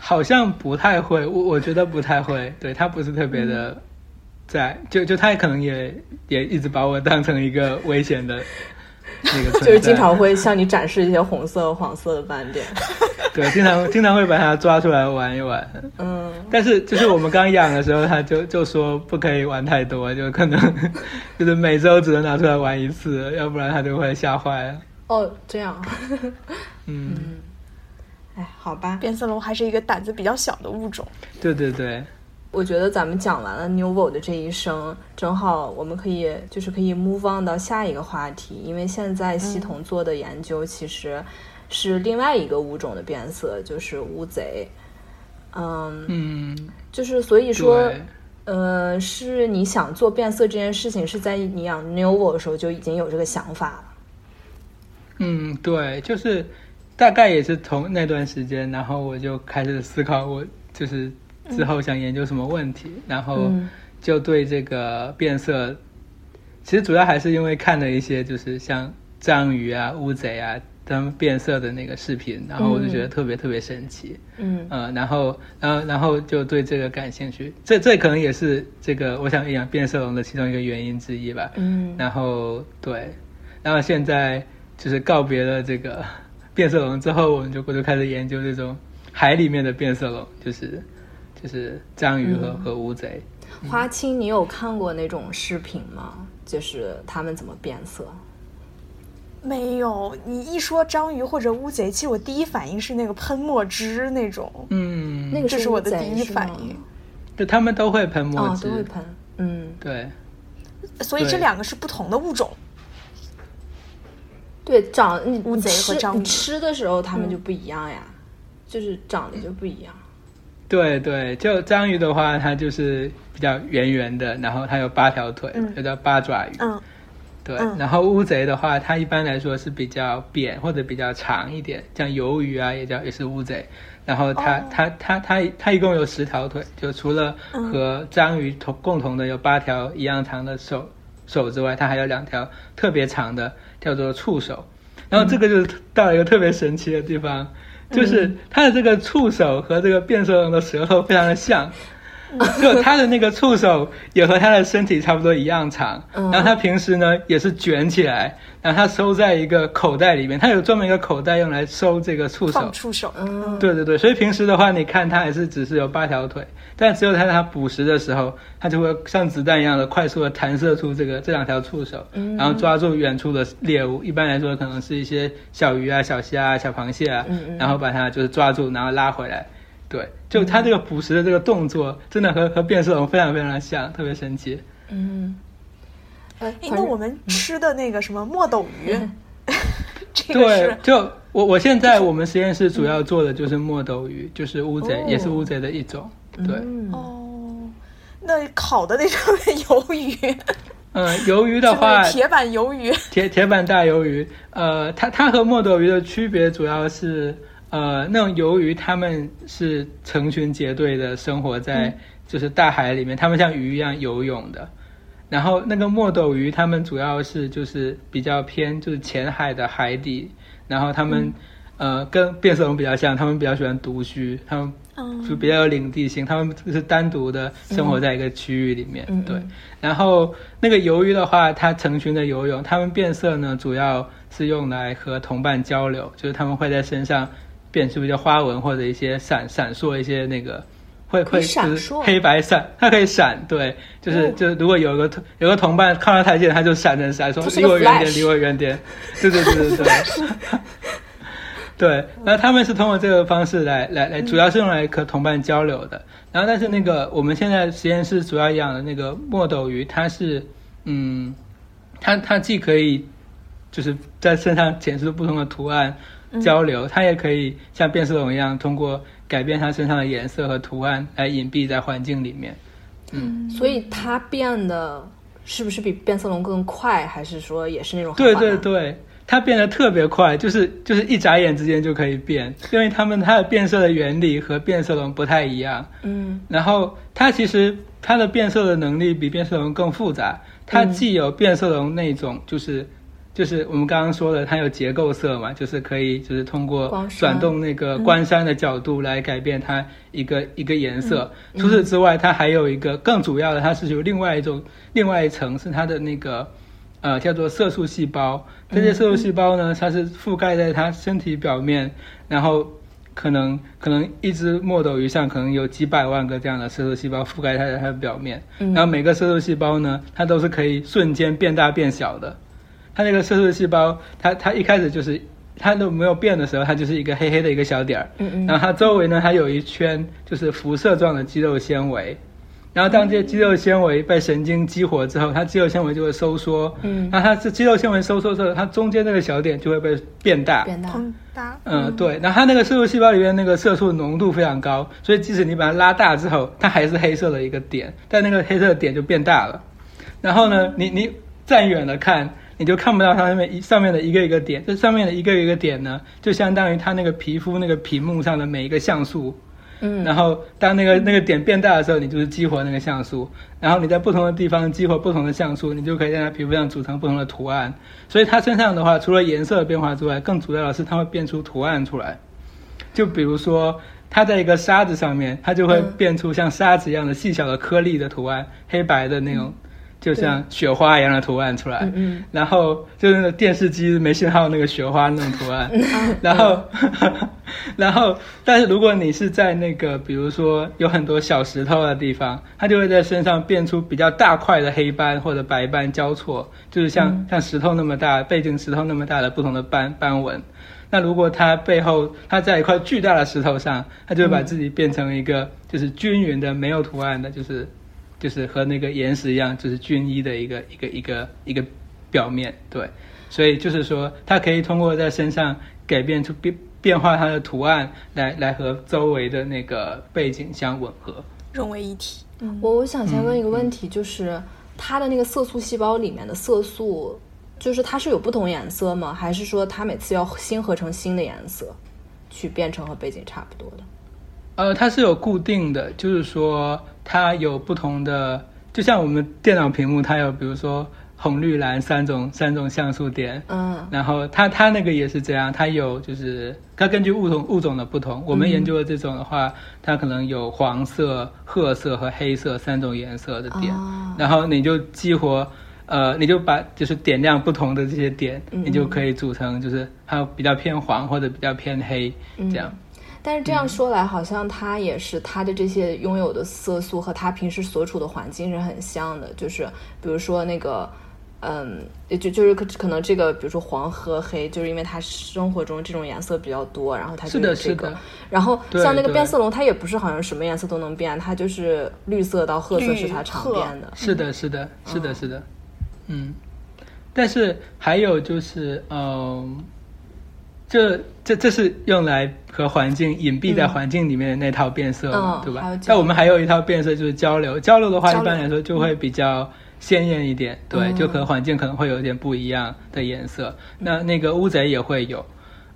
[SPEAKER 1] 好像不太会，我我觉得不太会，对他不是特别
[SPEAKER 3] 嗯
[SPEAKER 1] 的在，就就他可能也也一直把我当成一
[SPEAKER 3] (laughs)
[SPEAKER 1] 个危险的那个存在，
[SPEAKER 3] 就是经常会向你展示一些红色、黄色的斑点。
[SPEAKER 1] 对，经常经常会把它抓出来玩一玩，
[SPEAKER 3] 嗯，
[SPEAKER 1] 但是就是我们刚养的时候，他就就说不可以玩太多，就可能 (laughs) 就是每周只能拿出来玩一次，要不然他就会吓坏了。
[SPEAKER 3] 哦，这样， (laughs)
[SPEAKER 1] 嗯，
[SPEAKER 3] 哎，好吧。
[SPEAKER 2] 变色龙还是一个胆子比较小的物种。
[SPEAKER 1] 对对对，
[SPEAKER 3] 我觉得咱们讲完了 Nuvo 的这一生，正好我们可以就是可以 move on 到下一个话题，因为现在
[SPEAKER 2] 嗯
[SPEAKER 3] 系统做的研究其实是另外一个物种的变色，就是乌贼。嗯，
[SPEAKER 1] 嗯，
[SPEAKER 3] 就是所以说
[SPEAKER 1] 对，
[SPEAKER 3] 呃，是你想做变色这件事情，是在你养 Nuvo 的时候就已经有这个想法了。
[SPEAKER 1] 嗯，对，就是大概也是从那段时间，然后我就开始思考我就是之后想研究什么问题，然后
[SPEAKER 3] 嗯
[SPEAKER 1] 就对这个变色，其实主要还是因为看了一些就是像章鱼啊、乌贼啊它们变色的那个视频，然后我就觉得特别特别神奇。
[SPEAKER 3] 嗯
[SPEAKER 1] 呃，然后，然后，然后就对这个感兴趣。这这可能也是这个我想养变色龙的其中一个原因之一吧。
[SPEAKER 3] 嗯
[SPEAKER 1] 然后对，然后现在就是告别了这个 (laughs) 变色龙之后，我们就我就开始研究这种海里面的变色龙，就是就是章鱼
[SPEAKER 3] 嗯
[SPEAKER 1] 和、和乌贼。
[SPEAKER 3] 花青，你有看过那种视频吗？就是他们怎么变色？
[SPEAKER 2] 没有，你一说章鱼或者乌贼，其实我第一反应是那个喷墨汁那种。
[SPEAKER 1] 嗯，
[SPEAKER 3] 那个
[SPEAKER 2] 这
[SPEAKER 3] 是
[SPEAKER 2] 是我
[SPEAKER 3] 乌
[SPEAKER 2] 的
[SPEAKER 3] 贼
[SPEAKER 2] 第一
[SPEAKER 3] 是
[SPEAKER 2] 反
[SPEAKER 3] 吗
[SPEAKER 2] 应
[SPEAKER 1] 就他们都会喷墨
[SPEAKER 3] 哦，
[SPEAKER 1] 汁，
[SPEAKER 3] 都会喷。嗯，
[SPEAKER 1] 对，
[SPEAKER 2] 所以这
[SPEAKER 1] 对
[SPEAKER 2] 两个是不同的物种。
[SPEAKER 3] 对，长你
[SPEAKER 2] 乌
[SPEAKER 3] 你
[SPEAKER 2] 贼
[SPEAKER 3] 吃
[SPEAKER 2] 和章鱼嗯
[SPEAKER 3] 你吃的时候它们就不一样呀，就是长得就不一样。
[SPEAKER 1] 对对，就章鱼的话，它就是比较圆圆的，然后它有八条腿，
[SPEAKER 2] 嗯
[SPEAKER 1] 就叫八爪鱼。
[SPEAKER 2] 嗯
[SPEAKER 1] 对，
[SPEAKER 2] 嗯
[SPEAKER 1] 然后乌贼的话，它一般来说是比较扁或者比较长一点，像鱿鱼啊，也叫也是乌贼。然后它、
[SPEAKER 2] 哦
[SPEAKER 1] 它它它它一共有十条腿，就除了
[SPEAKER 2] 嗯
[SPEAKER 1] 和章鱼同共同的有八条一样长的手手之外，它还有两条特别长的，叫做触手。然后这个就是到了一个特别神奇的地方，就是它的这个触手和这个变色龙的舌头非常的像，就它的那个触手也和它的身体差不多一样长，
[SPEAKER 3] 嗯
[SPEAKER 1] 然后它平时呢也是卷起来，然后它收在一个口袋里面，它有专门一个口袋用来收这个触手
[SPEAKER 2] 放。触手，
[SPEAKER 3] 嗯，
[SPEAKER 1] 对对对，所以平时的话，你看它还是只是有八条腿，但只有它它捕食的时候，它就会像子弹一样的快速的弹射出这个这两条触手，
[SPEAKER 2] 嗯
[SPEAKER 1] 然后抓住远处的猎物。一般来说，可能是一些小鱼啊、小虾啊、小螃蟹啊，
[SPEAKER 3] 嗯嗯
[SPEAKER 1] 然后把它就是抓住，然后拉回
[SPEAKER 2] 嗯
[SPEAKER 1] 来。对，就它这个捕食的这个动作，真的和和变色龙非常非常的像，特别神奇。
[SPEAKER 3] 嗯。哎，
[SPEAKER 2] 哎，
[SPEAKER 3] 反
[SPEAKER 2] 那
[SPEAKER 3] 正
[SPEAKER 2] 我们吃的那个什么墨斗鱼， (laughs) 这个
[SPEAKER 1] 对
[SPEAKER 2] 是，嗯
[SPEAKER 1] 就我我现在我们实验室主要做的就是墨斗鱼，就是乌贼，
[SPEAKER 3] 哦
[SPEAKER 1] 也是乌贼的一种。对，
[SPEAKER 3] 嗯
[SPEAKER 2] 哦，那烤的那种 (laughs) 鱿鱼，
[SPEAKER 1] 嗯，鱿鱼的
[SPEAKER 2] 是那
[SPEAKER 1] 话
[SPEAKER 2] 个，铁板鱿鱼，
[SPEAKER 1] (laughs) 铁铁板大鱿鱼，呃，它它和墨斗鱼的区别主要是，呃，那种鱿鱼它们是成群结队的生活在就是大海里面，它们像鱼一样游泳的。然后那个墨斗鱼，它们主要是就是比较偏就是浅海的海底，然后它
[SPEAKER 3] 嗯
[SPEAKER 1] 们、呃跟变色龙比较像，它们比较喜欢独居，它们
[SPEAKER 3] 哦
[SPEAKER 1] 就
[SPEAKER 2] 嗯，
[SPEAKER 1] 比较有领地性，它们就是单独的生活在一个区域里面。
[SPEAKER 3] 嗯嗯
[SPEAKER 1] 对，然后那个鱿鱼的话，它成群的游泳，它们变色呢，主要是用来和同伴交流，就是它们会在身上变出一些花纹或者一些闪闪烁一些那个。会
[SPEAKER 3] 可以
[SPEAKER 1] 会
[SPEAKER 3] 闪
[SPEAKER 1] 就是
[SPEAKER 3] 烁哦
[SPEAKER 1] 黑白闪，它可以闪，对，就是、就是如果有个同有个同伴靠它太近，它就闪成闪，说
[SPEAKER 3] 它是
[SPEAKER 1] 离
[SPEAKER 3] 个
[SPEAKER 1] 我远
[SPEAKER 3] Flash
[SPEAKER 1] 点，离我远点，对对对对对。
[SPEAKER 3] (laughs)
[SPEAKER 1] 对，然后他们是通过这个方式来来来，主要是用来和同伴交流的。然后，但是那个我们现在实验室主要养的那个墨斗鱼，它是，嗯，它它既可以就是在身上显示出不同的图案
[SPEAKER 3] 嗯
[SPEAKER 1] 交流，它也可以像变色龙一样，通过改变它身上的颜色和图案来隐蔽在环境里面。
[SPEAKER 3] 所以它变得是不是比变色龙更快，还是说也是那种很
[SPEAKER 1] 对
[SPEAKER 3] 缓
[SPEAKER 1] 对
[SPEAKER 3] 慢
[SPEAKER 1] 对，它变得特别快，就是就是一眨眼之间就可以变，因为它们它的变色的原理和变色龙不太一样。
[SPEAKER 3] 嗯
[SPEAKER 1] 然后它其实它的变色的能力比变色龙更复杂，它
[SPEAKER 3] 嗯
[SPEAKER 1] 既有变色龙那种就是。就是我们刚刚说的，它有结构色嘛，就是可以就是通过
[SPEAKER 3] 光嗯
[SPEAKER 1] 转
[SPEAKER 3] 栅
[SPEAKER 1] 动那个关山的角度来改变它一个、一个颜色。
[SPEAKER 3] 嗯
[SPEAKER 1] 除此之外，它还有一个更主要的，它是有另外一种另外一层是它的那个呃叫做色素细胞。这
[SPEAKER 3] 嗯
[SPEAKER 1] 些色素细胞呢，它是覆盖在它身体表面，然后可能可能一只墨斗鱼上可能有几百万个这样的色素细胞覆盖它在它的表面，
[SPEAKER 3] 嗯
[SPEAKER 1] 然后每个色素细胞呢，它都是可以瞬间变大变小的。它那个色素细胞，它它一开始就是它都没有变的时候，它就是一个黑黑的一个小点儿，
[SPEAKER 3] 嗯嗯
[SPEAKER 1] 然后它周围呢，它有一圈就是辐射状的肌肉纤维。然后当这些肌肉纤维被神经激活之后，它肌肉纤维就会收缩。
[SPEAKER 3] 嗯，
[SPEAKER 1] 那它是肌肉纤维收缩之后，它中间那个小点就会被变大。
[SPEAKER 3] 变大，
[SPEAKER 2] 膨大，
[SPEAKER 1] 嗯，对。然后它那个色素细胞里面那个色素浓度非常高，所以即使你把它拉大之后，它还是黑色的一个点，但那个黑色的点就变大了。然后呢，你你站远了看，你就看不到它上面一上面的一个一个点。这上面的一个一个点呢，就相当于它那个皮肤那个屏幕上的每一个像素。
[SPEAKER 3] 嗯
[SPEAKER 1] 然后当那个那个点变大的时候，你就是激活那个像素，然后你在不同的地方激活不同的像素，你就可以在它皮肤上组成不同的图案。所以它身上的话，除了颜色的变化之外，更主要的是它会变出图案出来。就比如说，它在一个沙子上面，它就会
[SPEAKER 3] 嗯
[SPEAKER 1] 变出像沙子一样的细小的颗粒的图案，黑白的那种，就像雪花一样的图案出来。
[SPEAKER 3] 嗯嗯，
[SPEAKER 1] 然后就是那个电视机没信号那个雪花那种图案，
[SPEAKER 3] 嗯
[SPEAKER 1] (laughs) 然后，然后，但是如果你是在那个比如说有很多小石头的地方，它就会在身上变出比较大块的黑斑或者白斑交错，就是像、
[SPEAKER 3] 嗯
[SPEAKER 1] 像石头那么大，背景石头那么大的不同的斑斑纹。那如果它背后它在一块巨大的石头上，它就会
[SPEAKER 3] 嗯
[SPEAKER 1] 把自己变成一个就是均匀的、没有图案的，就是就是和那个岩石一样，就是均一的一个一个一个一个表面。对，所以就是说，它可以通过在身上改变出变变化它的图案来，来和周围的那个背景相吻合。
[SPEAKER 2] 融为一体。嗯，
[SPEAKER 3] 我我想先问一个
[SPEAKER 1] 嗯
[SPEAKER 3] 问题，就是它的那个色素细胞里面的色素，就是它是有不同颜色吗？还是说它每次要新合成新的颜色，去变成和背景差不多的？
[SPEAKER 1] 呃，它是有固定的，就是说它有不同的，就像我们电脑屏幕，它有比如说红、绿、蓝三种三种像素点，
[SPEAKER 3] 嗯
[SPEAKER 1] 然后它它那个也是这样，它有就是它根据物种物种的不同，我们研究的这种的话，它可能有黄色、褐色和黑色三种颜色的点，
[SPEAKER 3] 哦
[SPEAKER 1] 然后你就激活，呃，你就把就是点亮不同的这些点，
[SPEAKER 3] 嗯
[SPEAKER 1] 你就可以组成就是还有比较偏黄或者比较偏黑、这
[SPEAKER 3] 嗯
[SPEAKER 1] 样。
[SPEAKER 3] 但是
[SPEAKER 1] 嗯
[SPEAKER 3] 这样说来，好像它也是它的这些拥有的色素和它平时所处的环境是很像的，就是比如说那个，嗯，也就就是可可能这个，比如说黄和黑，就是因为它生活中这种颜色比较多，然后它就是
[SPEAKER 1] 的，
[SPEAKER 3] 有
[SPEAKER 1] 是
[SPEAKER 3] 这
[SPEAKER 1] 的
[SPEAKER 3] 个。，然后
[SPEAKER 1] 对
[SPEAKER 3] 像那个
[SPEAKER 1] 对
[SPEAKER 3] 变色龙，它也不是好像什么颜色都能变，它就是绿色到褐色
[SPEAKER 2] 绿
[SPEAKER 3] 是它常
[SPEAKER 2] 褐
[SPEAKER 3] 变的。
[SPEAKER 1] 是的，是的，是的，是的，嗯。但是还有就是，嗯，这这这是用来和环境隐蔽在环境里面的那套变色嘛，
[SPEAKER 3] 嗯
[SPEAKER 1] 对
[SPEAKER 3] 还有
[SPEAKER 1] 吧
[SPEAKER 3] 交？
[SPEAKER 1] 但我们还有一套变色就是交流，交流的话
[SPEAKER 2] 交
[SPEAKER 1] 一
[SPEAKER 2] 流
[SPEAKER 1] 般来说就会比较鲜艳一点，对，
[SPEAKER 3] 嗯
[SPEAKER 1] 就和环境可能会有点不一样的颜色。那那个乌贼也会有，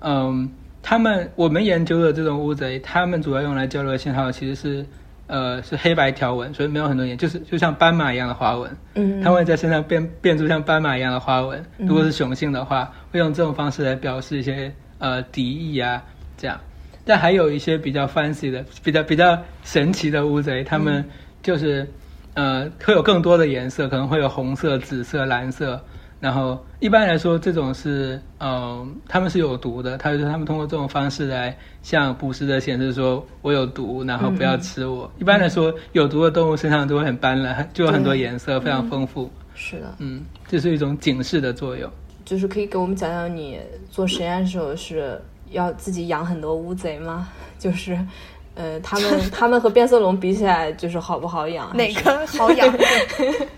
[SPEAKER 1] 嗯，他们我们研究的这种乌贼，他们主要用来交流的信号其实是，呃，是黑白条纹，所以没有很多颜，就是就像斑马一样的花纹，
[SPEAKER 3] 嗯
[SPEAKER 1] 它会在身上变变出像斑马一样的花纹。如果是雄性的话，会用这种方式来表示一些呃敌意啊这样。但还有一些比较 fancy 的、比较比较神奇的乌贼，它们就是、呃会有更多的颜色，可能会有红色、紫色、蓝色。然后一般来说，这种是嗯、他们是有毒的，他就是他们通过这种方式来向捕食者显示说我有毒，然后不要吃我。一般来说，有毒的动物身上都会很斑斓，就有很多
[SPEAKER 3] 对
[SPEAKER 1] 颜色，非常丰富。
[SPEAKER 3] 是的，
[SPEAKER 1] 嗯，这是一种警示的作用。
[SPEAKER 3] 就是可以给我们讲讲你做实验的时候是要自己养很多乌贼吗？ (laughs) 就是，呃，它
[SPEAKER 1] (laughs)
[SPEAKER 3] 们它们和变色龙比起来，就是好不好养？
[SPEAKER 2] 哪个好养？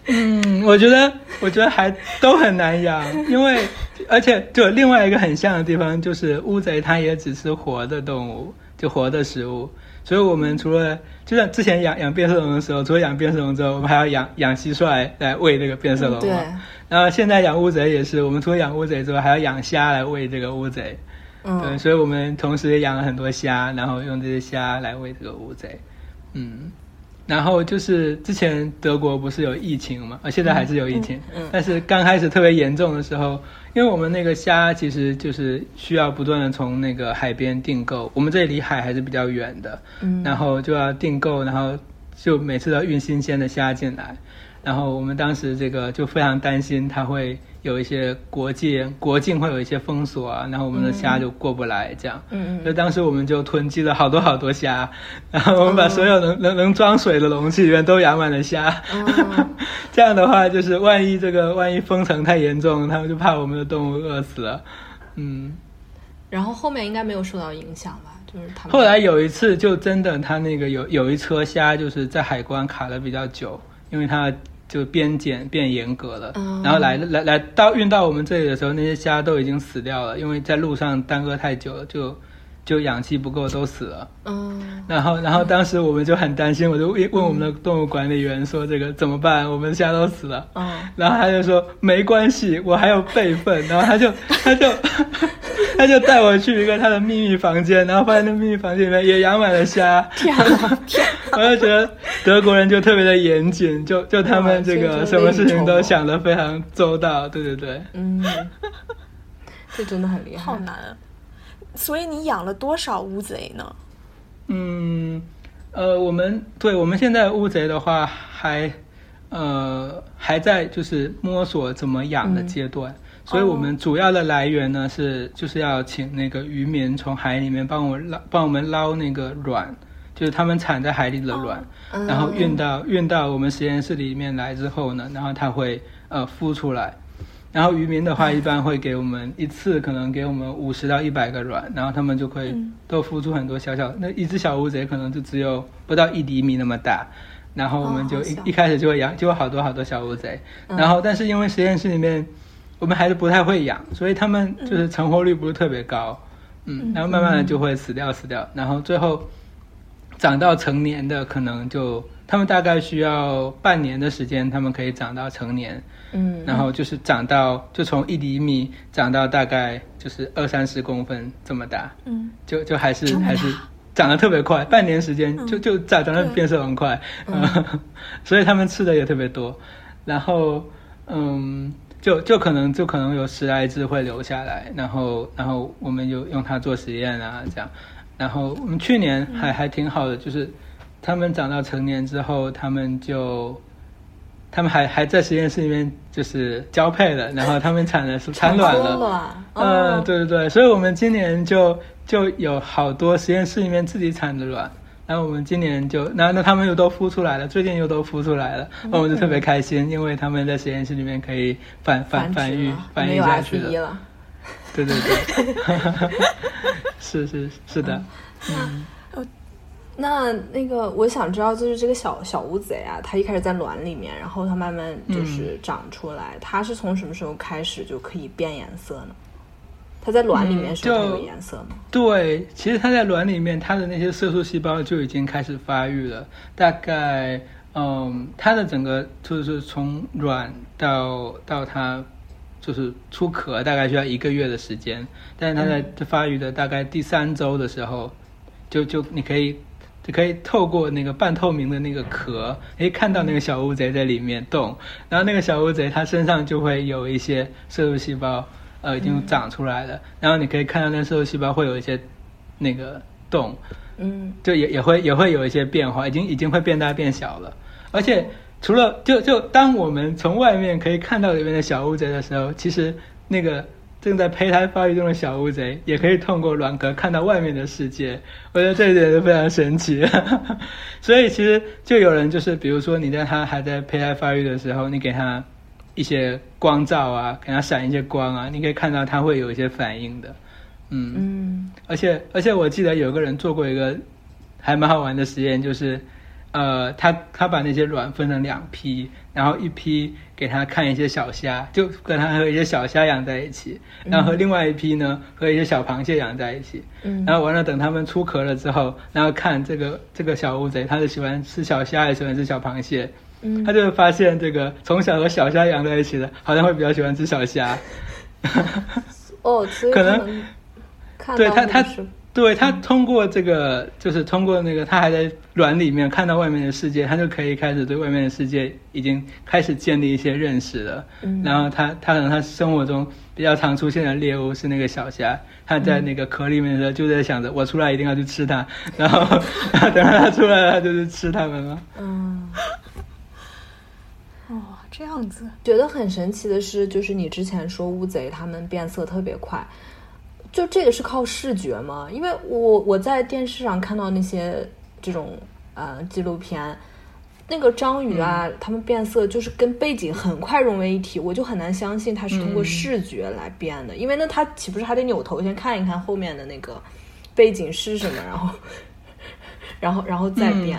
[SPEAKER 1] 嗯，我觉得，我觉得还都很难养，因为而且就有另外一个很像的地方，就是乌贼它也只吃活的动物，就活的食物。所以我们除了就像之前养养变色龙的时候，除了养变色龙之后，我们还要养养蟋蟀来喂这个变色龙嘛。
[SPEAKER 3] 对，
[SPEAKER 1] 然后现在养乌贼也是，我们除了养乌贼之外，还要养虾来喂这个乌贼。对，
[SPEAKER 3] 嗯，
[SPEAKER 1] 所以我们同时也养了很多虾，然后用这些虾来喂这个乌贼。嗯，然后就是之前德国不是有疫情嘛，啊，现在还是有疫情，
[SPEAKER 3] 嗯嗯
[SPEAKER 1] 但是刚开始特别严重的时候，因为我们那个虾其实就是需要不断的从那个海边订购，我们这里离海还是比较远的，
[SPEAKER 3] 嗯
[SPEAKER 1] 然后就要订购，然后就每次都要运新鲜的虾进来。然后我们当时这个就非常担心它会有一些国界国境会有一些封锁啊，然后我们的虾就过不来这样。
[SPEAKER 3] 嗯哦
[SPEAKER 1] 所以当时我们就囤积了好多好多虾，然后我们把所有能、能能装水的容器里面都养满了虾。
[SPEAKER 3] 哦
[SPEAKER 1] (laughs) 这样的话，就是万一这个万一封城太严重，他们就怕我们的动物饿死了。嗯，
[SPEAKER 3] 然后后面应该没有受到影响吧？就是他们
[SPEAKER 1] 后来有一次就真的，他那个有有一车虾就是在海关卡了比较久，因为它就边检变严格了，
[SPEAKER 3] 嗯
[SPEAKER 1] 然后来来来到运到我们这里的时候，那些虾都已经死掉了，因为在路上耽搁太久了，就就氧气不够都死了。
[SPEAKER 3] 嗯，
[SPEAKER 1] 然后，然后当时我们就很担心，我就问问我们的动物管理员说：“这个怎么办？我们虾都死了。”
[SPEAKER 3] 嗯，
[SPEAKER 1] 然后他就说没关系，我还有备份。然后他就他就 (laughs) 他就带我去一个他的秘密房间，然后发现那秘密房间里面也养满了虾。
[SPEAKER 3] 天哪，
[SPEAKER 1] 我就觉得德国人就特别的严谨，就就他
[SPEAKER 3] 哇
[SPEAKER 1] 们这
[SPEAKER 3] 这
[SPEAKER 1] 个
[SPEAKER 3] 真
[SPEAKER 1] 什么事
[SPEAKER 3] 另一
[SPEAKER 1] 情
[SPEAKER 3] 种
[SPEAKER 1] 都想得非常周到。对对对，
[SPEAKER 3] (laughs) 嗯，这真的很厉害，
[SPEAKER 2] 好难啊。所以你养了多少乌贼呢？
[SPEAKER 1] 嗯，呃，我们对我们现在乌贼的话还呃还在就是摸索怎么养的阶段，所以我们主要的来源呢是就是要请那个渔民从海里面帮我捞帮我们捞那个卵，就是他们产在海里的卵，
[SPEAKER 3] 嗯
[SPEAKER 1] 然后运到运到我们实验室里面来之后呢，然后它会呃孵出来。然后渔民的话，一般会给我们一次可能给我们五十到一百个卵，然后他们就会
[SPEAKER 2] 嗯
[SPEAKER 1] 都孵出很多小小，那一只小乌贼可能就只有不到一厘米那么大，然后我
[SPEAKER 3] 哦
[SPEAKER 1] 们就
[SPEAKER 3] 好
[SPEAKER 1] 一、
[SPEAKER 3] 小嗯
[SPEAKER 1] 一开始就会养，就有好多好多小乌贼，然后但是因为实验室里面我们还是不太会养，所以他们就是成活率不是特别高，嗯，然后慢慢的就会死掉死掉，然后最后长到成年的可能就他们大概需要半年的时间，他们可以长到成年，
[SPEAKER 3] 嗯，
[SPEAKER 1] 然后就是长到就从一厘米长到大概就是二三十公分这么大，
[SPEAKER 2] 嗯，
[SPEAKER 1] 就就还是
[SPEAKER 2] 这么大
[SPEAKER 1] 还是长得特别快，半年时间
[SPEAKER 2] 嗯
[SPEAKER 1] 就、就长长得
[SPEAKER 2] 对
[SPEAKER 1] 变色龙快， (laughs) 嗯，所以他们吃的也特别多，然后嗯，就就可能就可能有十来只会留下来，然后然后我们有用它做实验啊这样，然后我们去年还、还挺好的，就是他们长到成年之后，他们就。他们还还在实验室里面就是交配了，然后他们产了产卵了，
[SPEAKER 3] 了，
[SPEAKER 1] 嗯，
[SPEAKER 3] 嗯，
[SPEAKER 1] 对对对，所以我们今年就就有好多实验室里面自己产的卵，然后我们今年就，那那他们又都孵出来了，最近又都孵出来了，
[SPEAKER 3] 嗯
[SPEAKER 1] 那我们就特别开心，因为他们在实验室里面可以反反
[SPEAKER 3] 繁
[SPEAKER 1] 繁
[SPEAKER 3] 殖
[SPEAKER 1] 育
[SPEAKER 3] 了
[SPEAKER 1] 繁
[SPEAKER 3] 没
[SPEAKER 1] 育
[SPEAKER 3] 有
[SPEAKER 1] 下
[SPEAKER 3] F
[SPEAKER 1] 去
[SPEAKER 3] 一
[SPEAKER 1] 的，
[SPEAKER 3] 了，
[SPEAKER 1] 对对对， (laughs) 是是是的，嗯
[SPEAKER 3] 那那个，我想知道，就是这个小小乌贼啊，它一开始在卵里面，然后它慢慢就是长出来，它是从什么时候开始就可以变颜色呢？它在卵里面的时候
[SPEAKER 1] 嗯
[SPEAKER 3] 它
[SPEAKER 1] 就
[SPEAKER 3] 有颜色吗？
[SPEAKER 1] 对，其实它在卵里面，它的那些色素细胞就已经开始发育了。大概，嗯，它的整个就是从卵到到它就是出壳，大概需要一个月的时间。但是它在发育的大概第三周的时候，就就你可以就可以透过那个半透明的那个壳，可以看到那个小乌贼在里面动。然后那个小乌贼它身上就会有一些色素细胞，呃，已经长出来了。然后你可以看到那色素细胞会有一些那个洞，
[SPEAKER 3] 嗯，
[SPEAKER 1] 就也也会也会有一些变化，已经已经会变大变小了。而且除了就就当我们从外面可以看到里面的小乌贼的时候，其实那个正在胚胎发育中的小乌贼也可以通过卵壳看到外面的世界。我觉得这一点是非常神奇。 (laughs) 所以其实就有人就是，比如说你在它还在胚胎发育的时候，你给它一些光照啊，给它闪一些光啊，你可以看到它会有一些反应的。嗯
[SPEAKER 3] 嗯，
[SPEAKER 1] 而且而且我记得有个人做过一个还蛮好玩的实验，就是呃，他他把那些卵分成两批，然后一批给他看一些小虾，就跟他和一些小虾养在一起，然后和另外一批呢和一些小螃蟹养在一起，
[SPEAKER 3] 嗯
[SPEAKER 1] 然后完了等它们出壳了之后，然后看这个这个小乌贼，它是喜欢吃小虾还是喜欢吃小螃蟹，
[SPEAKER 3] 嗯
[SPEAKER 1] 他就会发现这个从小和小虾养在一起的，好像会比较喜欢吃小
[SPEAKER 3] (laughs)
[SPEAKER 1] 虾。
[SPEAKER 3] 哦，所以
[SPEAKER 1] 可能
[SPEAKER 3] 能看
[SPEAKER 1] 对
[SPEAKER 3] 到
[SPEAKER 1] 他
[SPEAKER 3] 那个
[SPEAKER 1] 他
[SPEAKER 3] 是
[SPEAKER 1] 对他通过这个，就是通过那个，他还在卵里面看到外面的世界，他就可以开始对外面的世界已经开始建立一些认识了。
[SPEAKER 3] 嗯
[SPEAKER 1] 然后他他可能他生活中比较常出现的猎物是那个小虾，他在那个壳里面的时候就在想着我出来一定要去吃它，然后 (laughs) 然后等到他出来了，他就去吃它们了。
[SPEAKER 3] 嗯。
[SPEAKER 2] 哦，这样子，
[SPEAKER 3] 觉得很神奇的是，就是你之前说乌贼它们变色特别快，就这个是靠视觉吗？因为我我在电视上看到那些这种呃纪录片，那个章鱼啊，它们变色就是跟背景很快融为一体，我就很难相信它是通过视觉来变的，因为那它岂不是还得扭头先看一看后面的那个背景是什么，然后然后然后再变。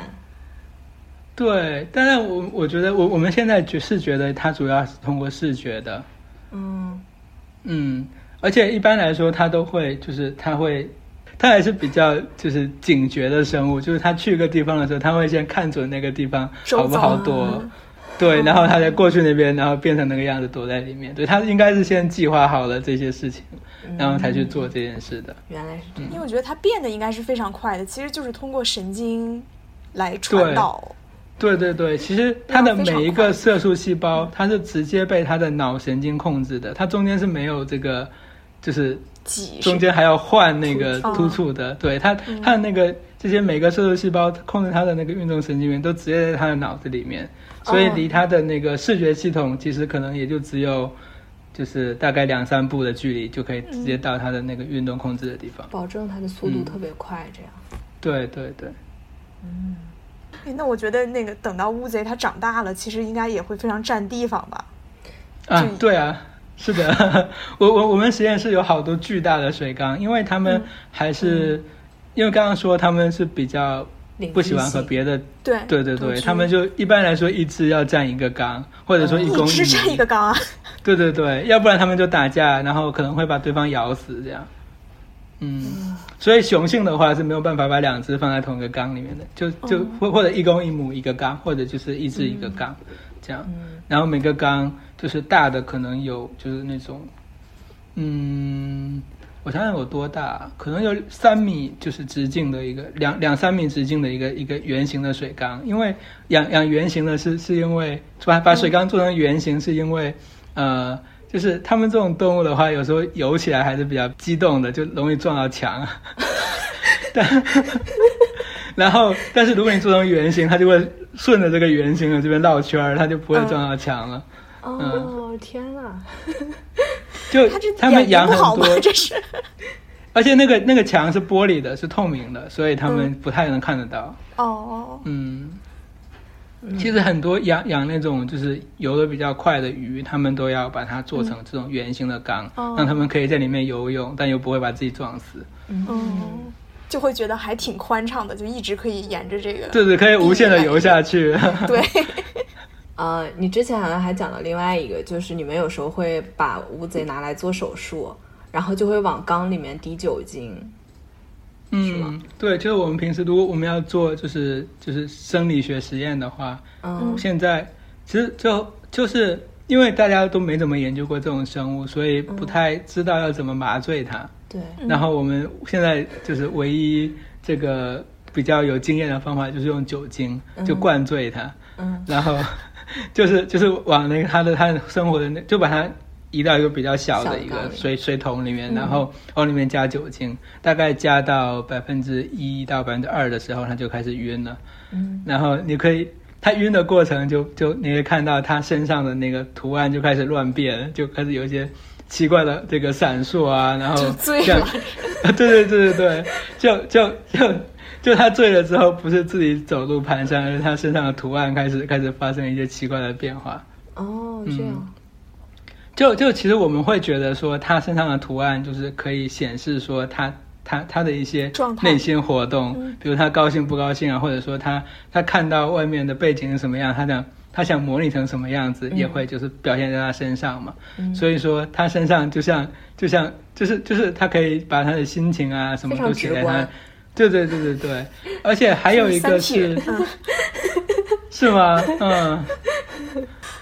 [SPEAKER 1] 对，但是我我觉得我我们现在觉是觉得它主要是通过视觉的，
[SPEAKER 3] 嗯
[SPEAKER 1] 嗯，而且一般来说，它都会就是它会，它还是比较就是警觉的生物，就是它去一个地方的时候，它会先看准那个地方
[SPEAKER 2] 周
[SPEAKER 1] 好不好躲，对，然后它再过去那边，然后变成那个样子躲在里面。对，它应该是先计划好了这些事情，然后才去做这件事的。
[SPEAKER 3] 原来是这样。
[SPEAKER 2] 因为我觉得它变得应该是非常快的，其实就是通过神经来传
[SPEAKER 1] 对
[SPEAKER 2] 导。
[SPEAKER 1] 对对对，其实它的
[SPEAKER 2] 非常
[SPEAKER 1] 每一
[SPEAKER 2] 快
[SPEAKER 1] 个色素细胞，它是直接被它的脑神经控制的，它中间是没有这个，就是
[SPEAKER 2] 挤
[SPEAKER 1] 中
[SPEAKER 2] 是
[SPEAKER 1] 间还要换那个
[SPEAKER 2] 突触哦嗯
[SPEAKER 1] 突触的，对它它的那个这些每个色素细胞控制它的那个运动神经元都直接在它的脑子里面，所以
[SPEAKER 3] 哦
[SPEAKER 1] 离它的那个视觉系统其实可能也就只有就是大概两三步的距离就可以直接到它的那个运动控制的地方。
[SPEAKER 3] 保证它的速度
[SPEAKER 1] 嗯
[SPEAKER 3] 特别快，这样。嗯
[SPEAKER 1] 对对对，
[SPEAKER 2] 哎那我觉得那个等到乌贼它长大了，其实应该也会非常占地方吧？
[SPEAKER 1] 啊
[SPEAKER 2] 就，
[SPEAKER 1] 对啊，是的， (laughs) 我我我们实验室有好多巨大的水缸，因为他
[SPEAKER 2] 嗯
[SPEAKER 1] 们还是、因为刚刚说他们是比较
[SPEAKER 3] 领
[SPEAKER 1] 不喜欢和
[SPEAKER 3] 地性
[SPEAKER 1] 别的
[SPEAKER 2] 对
[SPEAKER 1] 对对
[SPEAKER 2] 独
[SPEAKER 1] 对，
[SPEAKER 2] 居
[SPEAKER 1] 他们就一般来说一只要占一个缸，或者说一公
[SPEAKER 2] 一
[SPEAKER 1] 一
[SPEAKER 2] 哦只占
[SPEAKER 1] 母。
[SPEAKER 2] 一个缸
[SPEAKER 1] (laughs)
[SPEAKER 2] 啊！
[SPEAKER 1] 对对对，要不然他们就打架，然后可能会把对方咬死这样。嗯，所以雄性的话是没有办法把两只放在同一个缸里面的，就就或或者一公一母一个缸，或者就是一只一个缸，这样。然后每个缸就是大的可能有就是那种，嗯，我想想有多大，可能有三米就是直径的一个两两三米直径的一个一个圆形的水缸，因为养养圆形的是是因为把把水缸做成圆形是因为呃。就是它们这种动物的话，有时候游起来还是比较激动的，就容易撞到墙。啊 (laughs)
[SPEAKER 2] (laughs)
[SPEAKER 1] 但然后，但是如果你做成圆形，它就会顺着这个圆形的这边绕圈儿，它就不会
[SPEAKER 2] 嗯
[SPEAKER 1] 撞到墙了。嗯
[SPEAKER 3] 哦，天呐，
[SPEAKER 1] 就
[SPEAKER 2] 它这
[SPEAKER 1] 它们
[SPEAKER 2] 眼
[SPEAKER 1] 养
[SPEAKER 2] 睛不好
[SPEAKER 1] 很
[SPEAKER 2] 吗
[SPEAKER 1] 多，？
[SPEAKER 2] 这是
[SPEAKER 1] 而且那个那个墙是玻璃的，是透明的，所以它们
[SPEAKER 2] 嗯
[SPEAKER 1] 不太能看得到。
[SPEAKER 2] 哦，
[SPEAKER 1] 嗯，其实很多养养那种就是游的比较快的鱼，它们都要把它做成这种圆形的缸，
[SPEAKER 2] 哦
[SPEAKER 1] 让它们可以在里面游泳，但又不会把自己撞死。
[SPEAKER 3] 哦
[SPEAKER 2] 嗯，就会觉得还挺宽敞的，就一直可以沿着这个
[SPEAKER 1] 对对，可以无限的游下去。
[SPEAKER 2] 对
[SPEAKER 3] 呃，你之前好像还讲到另外一个，就是你们有时候会把乌贼拿来做手术，然后就会往缸里面滴酒精。
[SPEAKER 1] 嗯，对，就是我们平时如果我们要做就是就是生理学实验的话，
[SPEAKER 3] 嗯
[SPEAKER 1] 现在其实就就是因为大家都没怎么研究过这种生物，所以不太知道要怎么麻醉它。
[SPEAKER 3] 对，
[SPEAKER 1] 然后我们现在就是唯一这个比较有经验的方法，就是用酒精就灌醉它，
[SPEAKER 3] 嗯
[SPEAKER 1] 然后 (laughs) 就是就是往那个它的它的生活的那就把它移到一个比较小
[SPEAKER 3] 小
[SPEAKER 1] 的
[SPEAKER 3] 的
[SPEAKER 1] 一
[SPEAKER 3] 缸
[SPEAKER 1] 个
[SPEAKER 3] 里
[SPEAKER 1] 水水桶里面，然后往里面加酒精，大概加到百分之一到百分之二的时候，它就开始晕了。
[SPEAKER 3] 嗯，
[SPEAKER 1] 然后你可以。它晕的过程就就你会看到它身上的那个图案就开始乱变，就开始有一些奇怪的这个闪烁啊，然后
[SPEAKER 2] 就醉
[SPEAKER 1] 像
[SPEAKER 2] 了
[SPEAKER 1] 对 (laughs) 对对对对，就就就就他醉了之后，不是自己走路蹒跚，而是他身上的图案开始开始发生一些奇怪的变化。
[SPEAKER 3] 哦，这
[SPEAKER 1] 嗯
[SPEAKER 3] 样，
[SPEAKER 1] 就就其实我们会觉得说，他身上的图案就是可以显示说他他他的一些
[SPEAKER 2] 状态
[SPEAKER 1] 内心活动，比如他高兴不高兴啊，或者说他他看到外面的背景是什么样，他想他想模拟成什么样子，也会就是表现在他身上嘛。所以说他身上就像就像就是就是他可以把他的心情啊什么
[SPEAKER 3] 非常
[SPEAKER 1] 都写
[SPEAKER 3] 直
[SPEAKER 1] 在他
[SPEAKER 3] 观。
[SPEAKER 1] 对对对对对，而且还有一个
[SPEAKER 2] 三体
[SPEAKER 1] 是
[SPEAKER 2] 人，嗯
[SPEAKER 1] 是吗？嗯，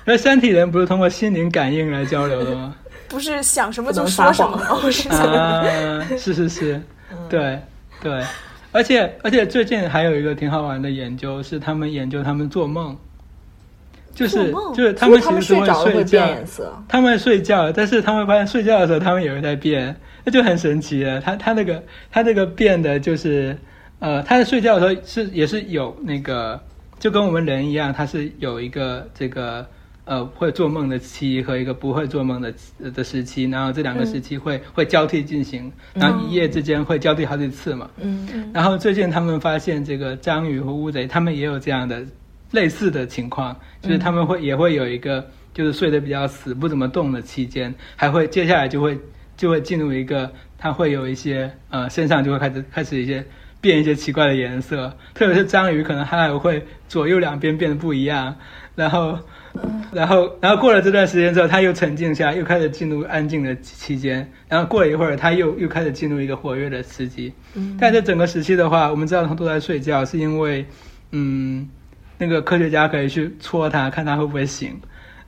[SPEAKER 1] 那三体人不是通过心灵感应来交流的吗？
[SPEAKER 2] 不是想什么
[SPEAKER 3] 不
[SPEAKER 2] 就
[SPEAKER 3] 能
[SPEAKER 2] 说什
[SPEAKER 3] 撒
[SPEAKER 2] 么，
[SPEAKER 1] (laughs)
[SPEAKER 2] 我是想
[SPEAKER 1] 啊，是是是，
[SPEAKER 3] 嗯
[SPEAKER 1] 对对，而且而且最近还有一个挺好玩的研究，是他们研究他们做梦，就是
[SPEAKER 2] 做梦
[SPEAKER 1] 就是他
[SPEAKER 3] 就是
[SPEAKER 1] 们
[SPEAKER 3] 他
[SPEAKER 1] 其
[SPEAKER 3] 们
[SPEAKER 1] 实是
[SPEAKER 3] 睡着了
[SPEAKER 1] 睡
[SPEAKER 3] 会
[SPEAKER 1] 觉
[SPEAKER 3] 变，颜色，
[SPEAKER 1] 他们睡觉，但是他们发现睡觉的时候他们也会在变，那就很神奇了。他他那个他这个变的就是，呃，他在睡觉的时候是也是有那个，就跟我们人一样，他是有一个这个呃会做梦的期和一个不会做梦的期呃的时期，然后这两个时期会、会交替进行，然后一夜之间会交替好几次嘛。
[SPEAKER 3] 嗯
[SPEAKER 1] 然后最近他们发现，这个章鱼和乌贼，他们也有这样的类似的情况，就是他们会、也会有一个就是睡得比较死、不怎么动的期间，还会接下来就会 (laughs) 就会进入一个，它会有一些呃身上就会开始开始一些变一些奇怪的颜色，特别是章鱼，可能它还会左右两边变得不一样，然后。嗯然后，然后过了这段时间之后，它又沉静下来，又开始进入安静的期间。然后过了一会儿，它又又开始进入一个活跃的时期。
[SPEAKER 2] 嗯
[SPEAKER 1] 但这整个时期的话，我们知道它都在睡觉，是因为，嗯，那个科学家可以去戳它，看它会不会醒。